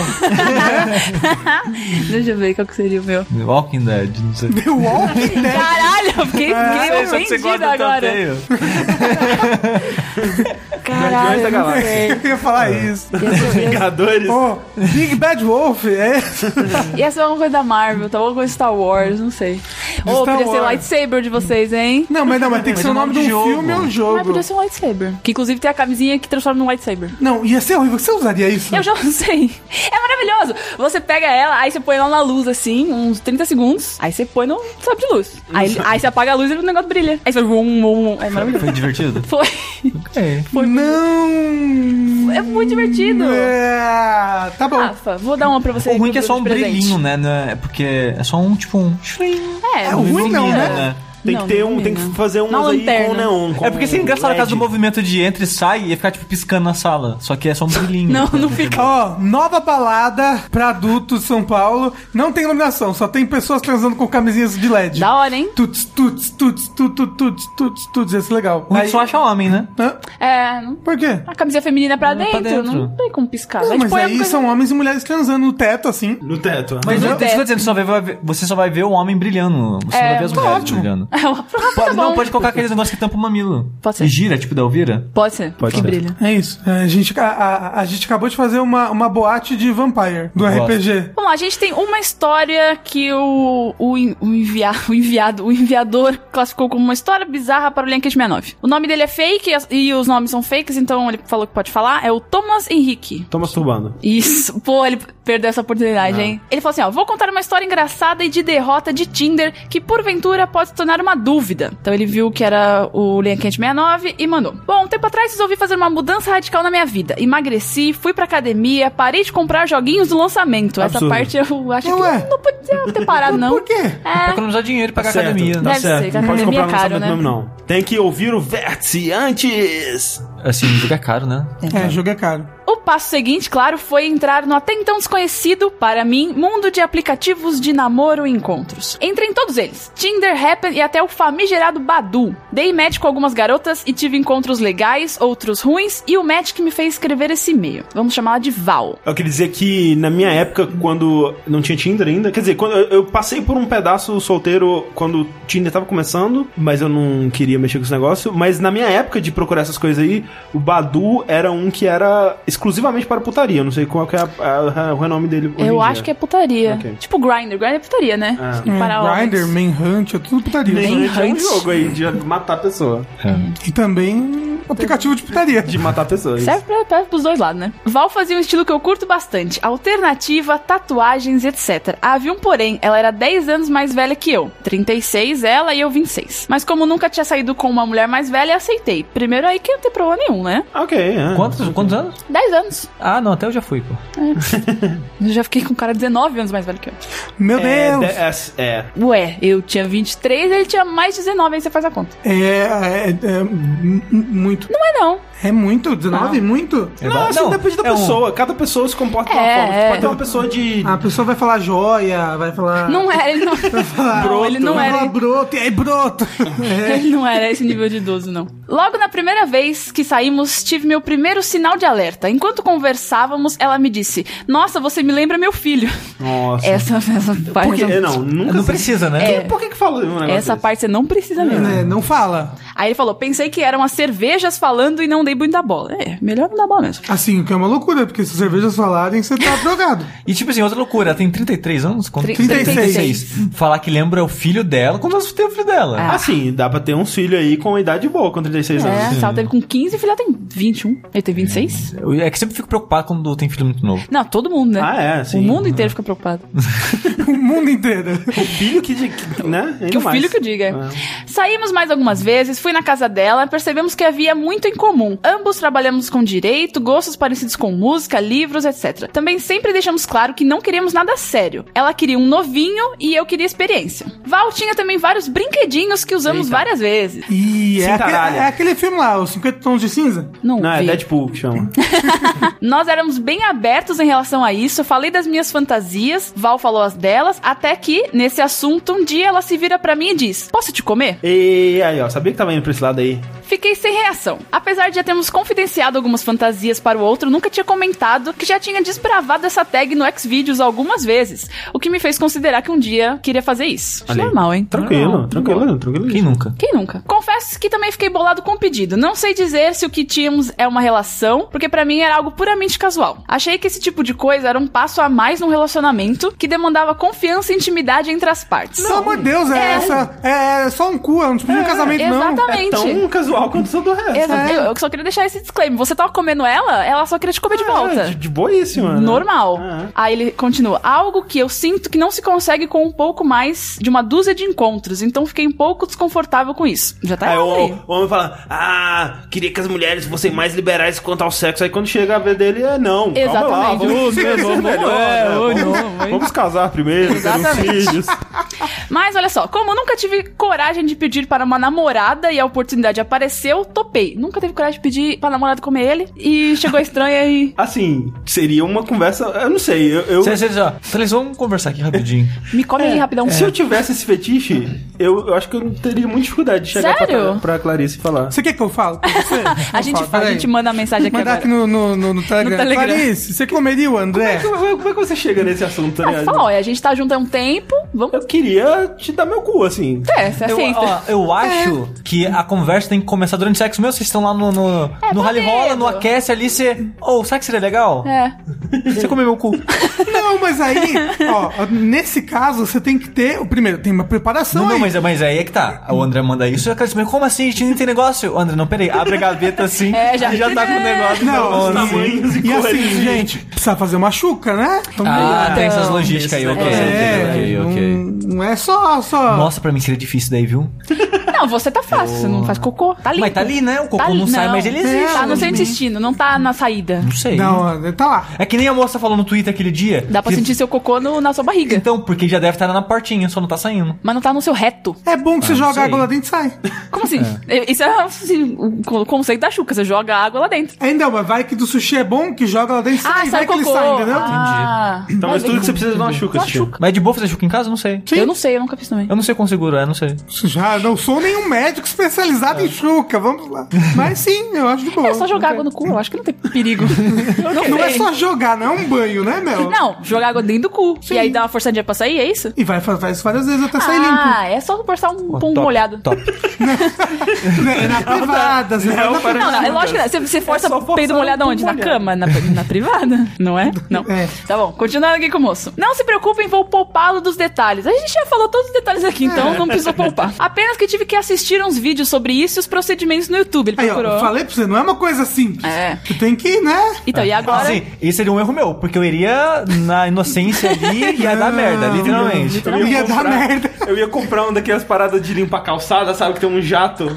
A: deixa eu ver qual que seria o meu.
C: The Walking Dead, não sei.
D: The Walking Dead.
A: Caralho, eu fiquei,
C: Não sei
A: fiquei
C: se você
A: ofendido
C: gosta do
A: agora.
C: Telltale.
A: Caralho,
B: Guardiões da
A: eu não
B: Galáxia.
A: sei.
D: Eu ia falar isso.
B: Vingadores.
D: Pô, Big Bad Wolf, é.
A: tá? Ia ser uma coisa da Marvel, talvez alguma coisa Star Wars, não sei. Ou
D: Star
A: podia ser
D: War.
A: lightsaber de vocês, hein?
D: Não, mas não, mas tem que ser o nome de um
C: jogo.
D: filme ou um
A: Mas
D: jogo.
A: podia ser um lightsaber. Que inclusive tem a camisinha que transforma num lightsaber.
D: Não, ia ser horrível. Você usaria isso?
A: Eu já usei. É maravilhoso. Você pega ela, aí você põe ela na luz, assim, uns 30 segundos. Aí você põe no sabe de luz. Aí, aí você apaga a luz e o negócio brilha. Aí você vai... Vum, vum, vum. É maravilhoso.
C: Foi divertido?
A: Foi.
C: É.
D: Não!
A: É muito divertido. Ah.
D: É, tá bom.
A: Rafa, vou dar uma pra você.
C: O ruim é que é
A: de
C: só um
A: presente.
C: brilhinho, né? né? É porque é só um, tipo, um... shrim.
A: É,
D: É ruim não,
C: Ilumina,
D: né?
B: Tem
A: Não,
B: que ter
A: não
B: um, tem que
A: ilumina.
B: fazer uns
A: Na
B: aí com
A: lanterna.
B: neon. com um
C: É porque seria engraçado a caso do
B: LED.
C: movimento de entra e sai e ficar, tipo, piscando na sala. Só que é só um brilhinho.
A: Não, não fica.
D: Ó, nova balada pra adultos de São Paulo. Não tem iluminação, só tem pessoas transando com camisinhas de LED.
A: Da hora, hein?
D: Tuts, tuts, tuts, tuts, tuts, tuts, tuts, tuts. Esse é legal.
C: O que só acha homem, né?
D: Hã?
A: É, não-
D: Por quê?
A: a camisa feminina é pra,
C: Não,
A: dentro,
C: pra dentro.
A: Não tem como piscar.
D: Não,
A: gente
D: mas
A: põe
D: aí
A: alguma
D: são
A: coisa-
D: homens e mulheres transando no teto, assim.
B: No teto. né?
C: Mas
A: No
C: não, isso que eu tô
A: teto.
C: dizendo, você só, vai ver, você só vai ver o homem brilhando. Você não vai ver as
A: tá
C: mulheres
D: ótimo.
C: brilhando.
A: É uma prova,
C: Pode-
A: tá
C: não,
A: bom.
C: pode colocar aqueles negócios que tampa o mamilo.
A: Pode ser.
C: E gira, tipo da Elvira.
A: Pode ser.
B: Pode
A: que
B: ser.
A: brilha.
D: É isso. A gente, a, a- a gente acabou de fazer uma, uma boate de Vampire, do
C: Gosto.
D: RPG.
A: Vamos lá, a gente tem uma história que o, o, en- o, envia, o enviado, o enviador classificou como uma história bizarra para o Linkage 69. O nome dele é fake e as- e os nomes são fakes, então ele falou que pode falar. É o Thomas Henrique.
B: Tô masturbando.
A: Isso, pô, ele perdeu essa oportunidade, hein? Ele falou assim: ó, vou contar uma história engraçada e de derrota de Tinder que porventura pode se tornar uma dúvida. Então ele viu que era o Linha Quente 69 e mandou. Bom, um tempo atrás resolvi fazer uma mudança radical na minha vida. Emagreci, fui pra academia, parei de comprar joguinhos do lançamento. Essa
B: Absurdo. é.
A: parte eu acho
D: Ué.
A: que não podia ter parado, não.
D: Por quê?
C: Pra
A: É,
C: economizar dinheiro e pagar
B: certo,
C: academia.
B: Tá
A: Deve
B: certo.
A: ser, que a
B: não pode
A: academia
B: comprar
A: é
B: no
A: caro,
B: lançamento mesmo, não. Tem que ouvir o vértice antes.
C: Assim, jogo é caro, né?
D: É, jogo é caro.
A: O passo seguinte, claro, foi entrar no até então desconhecido, para mim, mundo de aplicativos de namoro e encontros. Entrei em todos eles: Tinder, Happen e até o famigerado Badu. Dei match com algumas garotas e tive encontros legais, outros ruins, e o match que me fez escrever esse e-mail. Vamos chamá-la de Val.
B: Eu queria dizer que na minha época, quando não tinha Tinder ainda, quer dizer, quando eu, eu passei por um pedaço solteiro quando o Tinder tava começando, mas eu não queria mexer com esse negócio. Mas na minha época de procurar essas coisas aí, o Badu era um que era exclusivamente para putaria. Eu não sei qual que é a- a- a- o renome dele. hoje
A: Eu
B: em
A: acho que
B: dia.
A: é putaria.
B: Ok.
A: Tipo Grindr. Grindr é putaria, né?
B: Ah.
A: Tem que parar
D: É,
A: homens.
D: Grindr, Manhunt, é tudo putaria.
A: Nem-
B: Gente, é um
A: Hunt.
B: jogo aí de matar a pessoa.
D: E também aplicativo de putaria.
B: De matar pessoas.
A: Serve pra, pra, pros dois lados, né? Val fazia um estilo que eu curto bastante: alternativa, tatuagens, etc. Havia um porém, ela era 10 anos mais velha que eu. 36 ela e eu 26. Mas como nunca tinha saído com uma mulher mais velha, aceitei. Primeiro aí que não tem problema nenhum, né?
B: Ok, é.
C: Quantos, quantos anos?
A: 10 anos.
C: Ah, não, até eu já fui, pô.
A: Eu já fiquei com um cara 19 anos mais velho que eu.
D: Meu
B: É,
D: Deus!
B: de- é, é.
A: Ué, eu tinha 23, ele tinha mais 19, aí você faz a conta.
D: É, é, é mu- muito.
A: Não é não.
D: É muito? 19? Muito?
C: É
B: Não,
C: ba-
B: assim, depende da
C: é um-
B: pessoa. Cada pessoa se comporta de uma
A: É,
B: forma. Tipo,
A: é. Ah,
B: pode ter uma pessoa de.
D: A pessoa vai falar joia, vai falar.
A: Não era, ele não. não ele não
D: vai
A: era.
D: falar broto, e aí broto. É.
A: Ele não era esse nível de idoso, não. Logo na primeira vez que saímos, tive meu primeiro sinal de alerta. Enquanto conversávamos, ela me disse: Nossa, você me lembra meu filho.
B: Nossa.
A: Essa, essa
B: Por
A: parte.
B: que? Não, nunca.
C: Não precisa, né?
A: É.
B: Por que, que fala um negócio
A: Essa
B: desse? É.
A: parte você não precisa mesmo.
D: Né, Não fala.
A: Aí ele falou: pensei que eram as cervejas falando e não dei muita bola. É, melhor não dar bola mesmo.
D: Assim, o que é uma loucura, porque se cervejas falarem, você tá drogado.
C: E tipo assim, outra loucura, ela tem 33 anos? Quanto?
A: Tri- 36.
C: Falar que lembra o filho dela, como se tem o filho dela.
A: Ah.
B: Assim, dá pra ter uns filhos aí com idade boa, com 36
A: É,
B: anos.
A: se ela teve com 15, o filho dela tem 21. Ele tem 26?
C: Eu- É que sempre fico preocupado quando tem filho muito novo.
A: Não, todo mundo, né?
B: Ah, é, sim.
A: O mundo inteiro fica preocupado.
D: o mundo inteiro.
B: O filho que. de- que- né? Ainda
A: Que o
B: mais. É.
A: filho que eu diga. Saímos mais algumas vezes, fui na casa dela, percebemos que havia muito em comum. Ambos trabalhamos com direito, gostos parecidos com música, livros, etc. Também sempre deixamos claro que não queríamos nada sério. Ela queria um novinho e eu queria experiência. Val tinha também vários brinquedinhos que usamos
B: Eita.
A: várias vezes.
D: E é, aque-
B: caralho.
D: é aquele filme lá, os 50 tons de cinza.
A: Não,
B: Não, é
A: vi.
B: Deadpool que chama.
A: Nós éramos bem abertos em relação a isso. Eu falei das minhas fantasias, Val falou as delas, até que, nesse assunto, um dia ela se vira pra mim e diz: Posso te comer?
B: E aí, ó, sabia que tava indo pra esse lado aí?
A: Fiquei sem reação. Apesar de já termos confidenciado algumas fantasias para o outro, nunca tinha comentado que já tinha desbravado essa tag no Xvideos algumas vezes, o que me fez considerar que um dia queria fazer isso.
B: Olha aí.
A: Normal, hein?
B: Tranquilo,
A: Normal.
B: tranquilo, tranquilo.
C: Quem nunca?
A: Quem nunca? Confesso que também fiquei bolado com o pedido. Não sei dizer se o que tínhamos é uma relação, porque pra mim era algo puramente casual. Achei que esse tipo de coisa era um passo a mais num relacionamento que demandava confiança e intimidade entre as partes.
D: Pelo amor de Deus, é,
A: É.
D: essa. É, é só um cu, é um tipo de um casamento, não.
B: É
A: Exatamente.
B: tão casual quanto todo o resto.
A: Exa- Eu, eu só queria deixar esse disclaimer. Você tava comendo ela, ela só queria te comer de volta.
B: É, de, de boíssima. né?
A: Normal.
B: É.
A: Aí ele continua. Algo que eu sinto que não se consegue com um pouco mais de uma dúzia de encontros. Então fiquei um pouco desconfortável com isso. Já tá
B: Aí o,
A: errado aí.
B: o homem fala, ah, queria que as mulheres fossem mais liberais quanto ao sexo. Aí quando chega a ver dele, é não. Calma lá,
A: Exatamente.
B: vamos, ver, vamos,
A: É,
B: né?
A: ô,
B: vamos,
A: não, hein?
B: vamos casar primeiro, ter uns
A: Exatamente.
B: filhos.
A: Mas olha só, como eu nunca tive coragem de pedir para uma namorada e a oportunidade apareceu, topei. Nunca teve coragem de pedir pra namorada comer ele e chegou estranha e
B: Assim, seria uma conversa. Eu não sei, eu. eu-
C: Vocês, vocês, ó, vocês vão conversar aqui rapidinho.
A: me come aí rapidão.
B: Se eu tivesse esse fetiche, eu, eu acho que eu não teria muita dificuldade de chegar pra,
A: Sério?
B: Cla- pra Clarice e falar.
D: Você quer que eu falo? com Você?
A: A gente, fala, a
D: fala, peraí.
A: gente manda a mensagem aqui
D: Mandar
A: agora.
D: aqui no, no, no, no Telegram.
A: No Telegram.
D: Clarice, você comeria o André?
B: Como, é que- como é que você chega nesse assunto, tá
A: Ah, você
B: ligado?
A: fala, olha, a gente tá junto há um tempo, vamos...
B: Eu queria te dar meu cu, assim.
A: É, você
C: Eu,
A: aceita.
C: ó, eu acho que a conversa tem que começar durante o sexo mesmo. Vocês estão lá no, no,
A: É,
C: no
A: tá
C: rally rola,
A: vendo?
C: no aquece ali, você. Ô, sabe que seria legal?
A: É.
C: Você comeu meu cu.
D: Não, mas aí, ó, nesse caso, você tem que ter. o Primeiro, tem uma preparação.
C: Não, não,
D: Então aí.
C: mas, mas aí é que tá. O André manda isso e a Clarice, mas como assim? A gente nem tem negócio? Ô, André, não, peraí. Abre a gaveta assim
A: É, já-
C: e já tá com o negócio.
D: Não,
C: na mão,
D: assim,
B: tamanhos e
D: E assim,
B: cores.
D: gente, precisa fazer uma chuca, né? Então,
C: Ah,
A: Então,
C: tem essas logísticas aí, ok.
D: é,
C: ok, ok, ok.
D: Não, não é só. só...
C: Nossa, pra mim seria difícil daí, viu?
A: Não, você tá fácil, você não faz cocô. Tá limpo.
C: Mas tá ali, né? O cocô
A: Tá ali-
C: não sai, mas ele existe.
A: Tá no seu
D: Não.
A: intestino, não tá na saída.
C: Não sei.
D: Não, tá lá.
C: É que nem a moça falou no Twitter aquele dia.
A: Dá pra
C: que-
A: sentir seu cocô no- na sua barriga.
C: Então, porque já deve estar na portinha, só não tá saindo.
A: Mas não tá no seu reto.
D: É bom que você joga
C: Ah, sei.
D: água lá dentro e sai.
A: Como assim? Isso é assim, o co- conceito da chuca. Você joga água lá dentro.
D: Ainda, mas vai que do sushi é bom, que joga lá dentro e
A: Ah,
D: sai.
A: sai
D: vai
A: o
D: que ele
A: cocô.
D: sai, entendeu?
A: Ah,
B: Então, mas tudo que você precisa é de uma chuca,
A: Uma
B: assim.
A: chuca.
C: Mas é de boa fazer chuca em casa? Não sei.
A: Eu não sei, eu nunca fiz também.
C: Eu não sei quão seguro é, não sei.
D: Já não sou nenhum médico especializado em chuca, vamos lá. Mas sim, eu acho de boa.
A: É só jogar água no cu, eu acho que não tem perigo. não,
D: Não é
A: sei.
D: só jogar, não é um banho, né, Mel?
A: Não, jogar água dentro do cu. E aí dá uma forçadinha pra sair, é isso?
D: E vai fazer isso várias vezes até sair limpo.
A: ah, é só forçar um pão
C: Top,
A: molhado.
C: Top.
D: Né? Na privada, né?
B: Não,
D: Na
B: para-
A: Não, não, é lógico que você, você força o peido molhado onde? Na cama, na, na privada, não é? Não.
D: É.
A: Tá bom, continuando aqui com o moço. Não se preocupem, vou poupá-lo dos detalhes. A gente já falou todos os detalhes aqui, então não precisa poupar. Apenas que tive que assistir uns vídeos sobre isso e os procedimentos no YouTube. Ele
D: Aí, ó,
A: procurou.
D: eu falei pra você, não é uma coisa simples.
A: É.
D: Tu tem que, né?
A: Então, e agora?
C: Assim, esse seria um erro meu, porque eu iria na inocência ali e ia dar merda, literalmente.
B: Então Eu
D: Ia dar merda.
B: Eu ia comprar um daquelas paradas de limpar calçada, sabe? Que tem um jato.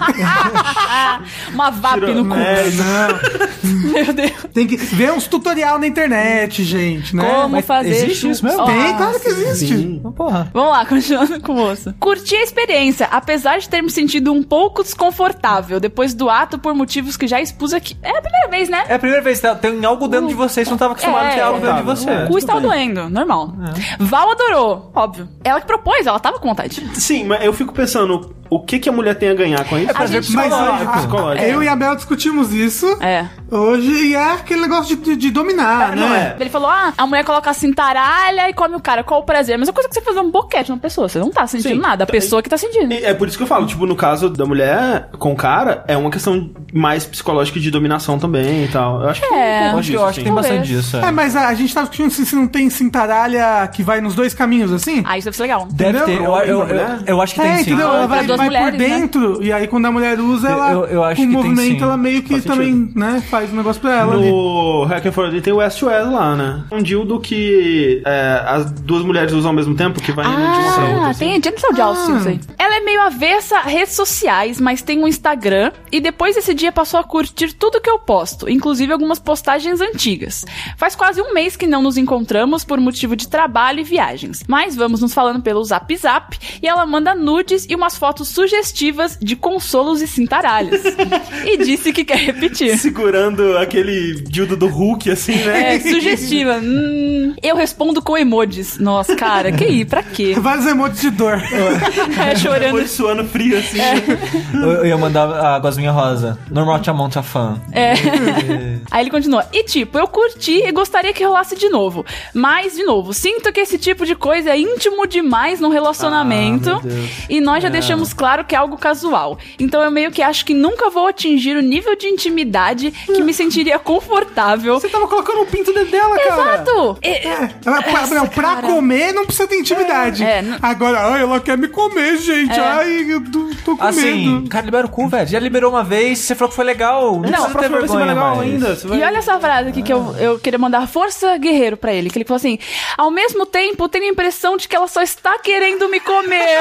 A: Uma VAP
B: Tirou-
A: no cu.
D: né?
B: É,
D: Não,
A: Meu Deus.
D: tem que ver uns tutorial na internet, gente, né?
A: Como Ah,
C: mas
A: fazer
C: existe
A: chu-
C: isso mesmo?
A: Ó,
D: Tem, tá? claro que existe.
C: Então, Porra.
A: Vamos lá, continuando com o moço. Curti a experiência, apesar de ter me sentido um pouco desconfortável depois do ato por motivos que já expus aqui. É a primeira vez, né?
C: É a primeira vez que tá- tem algo dentro de você, você não tava acostumado a ter
A: É.
C: algo dentro de você.
A: O cu
B: Tá tudo
A: estava
B: bem. É.
A: doendo, normal. Val adorou, óbvio. Ela que propôs, ela tava com vontade.
B: Sim, mas eu fico pensando, o que, que a mulher tem a ganhar
D: É
B: com isso?
A: A gente
D: Mas
A: falou-
D: olha,
B: Psicológico, psicológico.
D: eu e a Bel discutimos isso
A: É.
D: hoje e é aquele negócio de, de- de dominar, né?
B: Não é.
A: Ele falou: ah, a mulher coloca assim taralha e come o cara. Qual o prazer? Mas é coisa que você fazer um boquete numa pessoa. Você não tá sentindo
B: Sim.
A: nada, a
B: Tá-
A: pessoa que tá sentindo.
B: E É por isso que eu falo, tipo, no caso da mulher com o cara, é uma questão mais psicológica de dominação também e tal. Eu acho que
A: É.
B: tem um pouco
C: Acho que eu
B: disso,
C: acho que
B: sim.
C: tem bastante
A: Talvez.
C: disso. é.
D: É, mas a, a gente tava discutindo se, se não tem cintaralha que vai nos dois caminhos, assim?
A: Ah, isso deve ser legal.
C: Deve
D: Entendeu?
C: ter, eu, eu, eu, eu acho que tem
D: é,
C: sim.
D: entendeu? Ela
A: Ah,
D: vai,
A: pra duas
D: vai
A: mulheres,
D: por
A: né?
D: dentro, e aí quando a mulher usa, ela
C: Eu- eu acho
D: com o
C: que tem,
D: movimento,
C: sim.
D: ela meio que
B: Faz
D: também, né, faz um negócio pra ela ali.
B: No Hack and Forth ele tem o West to West lá, né? Um dildo que é, as duas mulheres usam ao mesmo tempo, que vai indo de uma pra outra.
A: Ah,
B: assim.
A: tem a Jennifer Joustin, isso aí. Ela é meio avessa a redes sociais, mas tem um Instagram. E depois desse dia passou a curtir tudo que eu posto, inclusive algumas postagens antigas. Faz quase um mês que não nos encontramos por motivo de trabalho e viagens. Mas vamos nos falando pelo zap zap. E ela manda nudes e umas fotos fotos sugestivas de consolos e cintaralhos. e disse que quer repetir.
B: Segurando aquele dildo do Hulk, assim, né?
A: É, sugestiva. Hum, eu respondo com emojis. Nossa, cara, que aí? Pra quê?
D: Vários emojis de dor.
A: É, chorando.
B: Depois suando frio, assim.
A: É.
C: Eu, eu ia mandar a Gosminha Rosa. Normal Chamonta fã.
A: É. Aí ele continua. E tipo, eu curti e gostaria que rolasse de novo. Mas, de novo, sinto que esse tipo de coisa é íntimo demais num relacionamento.
C: Ah, meu Deus.
A: e nós já
C: É.
A: deixamos claro que é algo casual. Então eu meio que acho que nunca vou atingir o nível de intimidade que me sentiria confortável.
D: Você tava colocando um pinto dentro dela, cara.
A: Exato! É, é.
D: Ela, pra, não, pra
A: cara.
D: comer não precisa ter intimidade.
A: É, é, não- É.
D: Agora, ai, ela quer me comer, gente. Ai, eu tô, tô com
C: Assim,
D: medo.
C: cara, libera o cu, velho. Já liberou uma vez, você falou que foi legal. Não,
B: a
C: precisa ter
B: próxima vez você vai
C: vergonha
B: legal
C: mais.
B: ainda. Você vai...
A: E olha essa frase aqui que eu, eu queria mandar força guerreiro pra ele, que ele falou assim: ao mesmo tempo, tenho a impressão de que ela só está querendo me comer.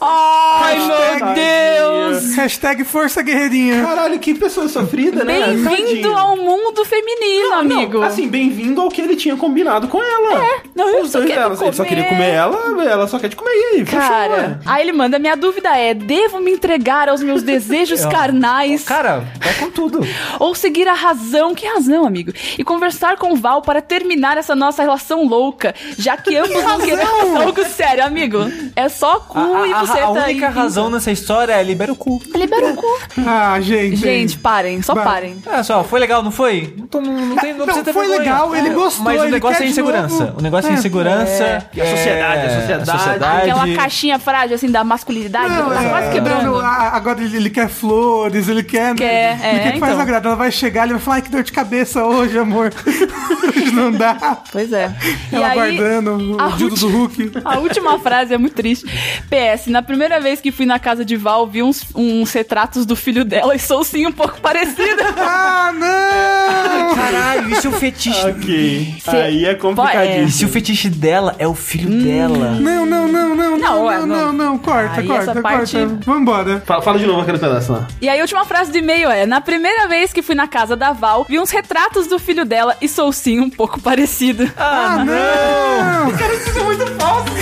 A: Ai, meu
D: Hashtag-
A: Deus!
D: Hashtag força guerreirinha.
B: Caralho, que pessoa sofrida, né?
A: Bem-vindo
B: Tadinho.
A: ao mundo feminino,
B: Não,
A: amigo.
B: assim, bem-vindo ao que ele tinha combinado com ela. É,
A: não, eu só quero
B: ela, Ele só
A: comer.
B: queria comer ela, ela só quer te comer. E aí, fechou,
A: Cara,
B: ué.
A: aí ele manda: minha dúvida é, devo me entregar aos meus desejos carnais
C: É. Cara, vai com tudo.
A: ou seguir a razão? Que razão, amigo? E conversar com o Val para terminar essa nossa relação louca, já que ambos não queremos algo sério, amigo. É só cu
C: A,
A: e
C: a- a-
A: você tá
C: a única razão nessa história é libera o cu.
A: Libera o cu.
D: Ah, gente.
A: Gente, parem, só
D: Vai.
A: parem.
C: Olha É, só, foi legal, não foi? Não, tô- não tem, não
D: Não,
C: precisa ter
D: foi
C: vergonha.
D: legal, ele gostou,
C: Mas o
D: ele
C: negócio
D: quer
C: é
D: de
C: insegurança.
D: novo.
C: O negócio é,
D: É.
C: insegurança.
B: É a sociedade, a sociedade.
A: Aquela caixinha frágil, assim, da masculinidade,
D: Não,
A: tá
D: é,
A: quase quebrando.
D: não, a- agora ele, ele quer flores, ele quer.
A: Quer,
D: ele
A: é,
D: quer que faz
A: então.
D: agrado. Ela vai chegar, ele vai falar, ai, que dor de cabeça hoje, amor. hoje não dá.
A: Pois é.
D: Ela guardando
A: a
D: o dildo do
A: última-
D: Hulk.
A: A última frase é muito triste. PS, na primeira vez que fui na casa de Val, vi uns, uns retratos do filho dela e sou sim um pouco parecida.
D: Ah, não!
C: Caralho, e se o fetiche.
B: Ok.
A: Cê-
B: Aí é complicadíssimo.
C: E se o fetiche dela é o filho dela?
D: Não, não, não, não, não,
A: ué,
D: não,
A: não.
D: não, não, corta,
A: Aí
D: corta,
A: essa
D: corta.
A: parte-
D: Vambora.
B: Fala, fala de novo aquele pedaço lá.
A: E aí a última frase do e-mail é: Na primeira vez que fui na casa da Val, vi uns retratos do filho dela e sou sim um pouco parecida.
D: Ah, não!
B: Cara, isso é muito falso.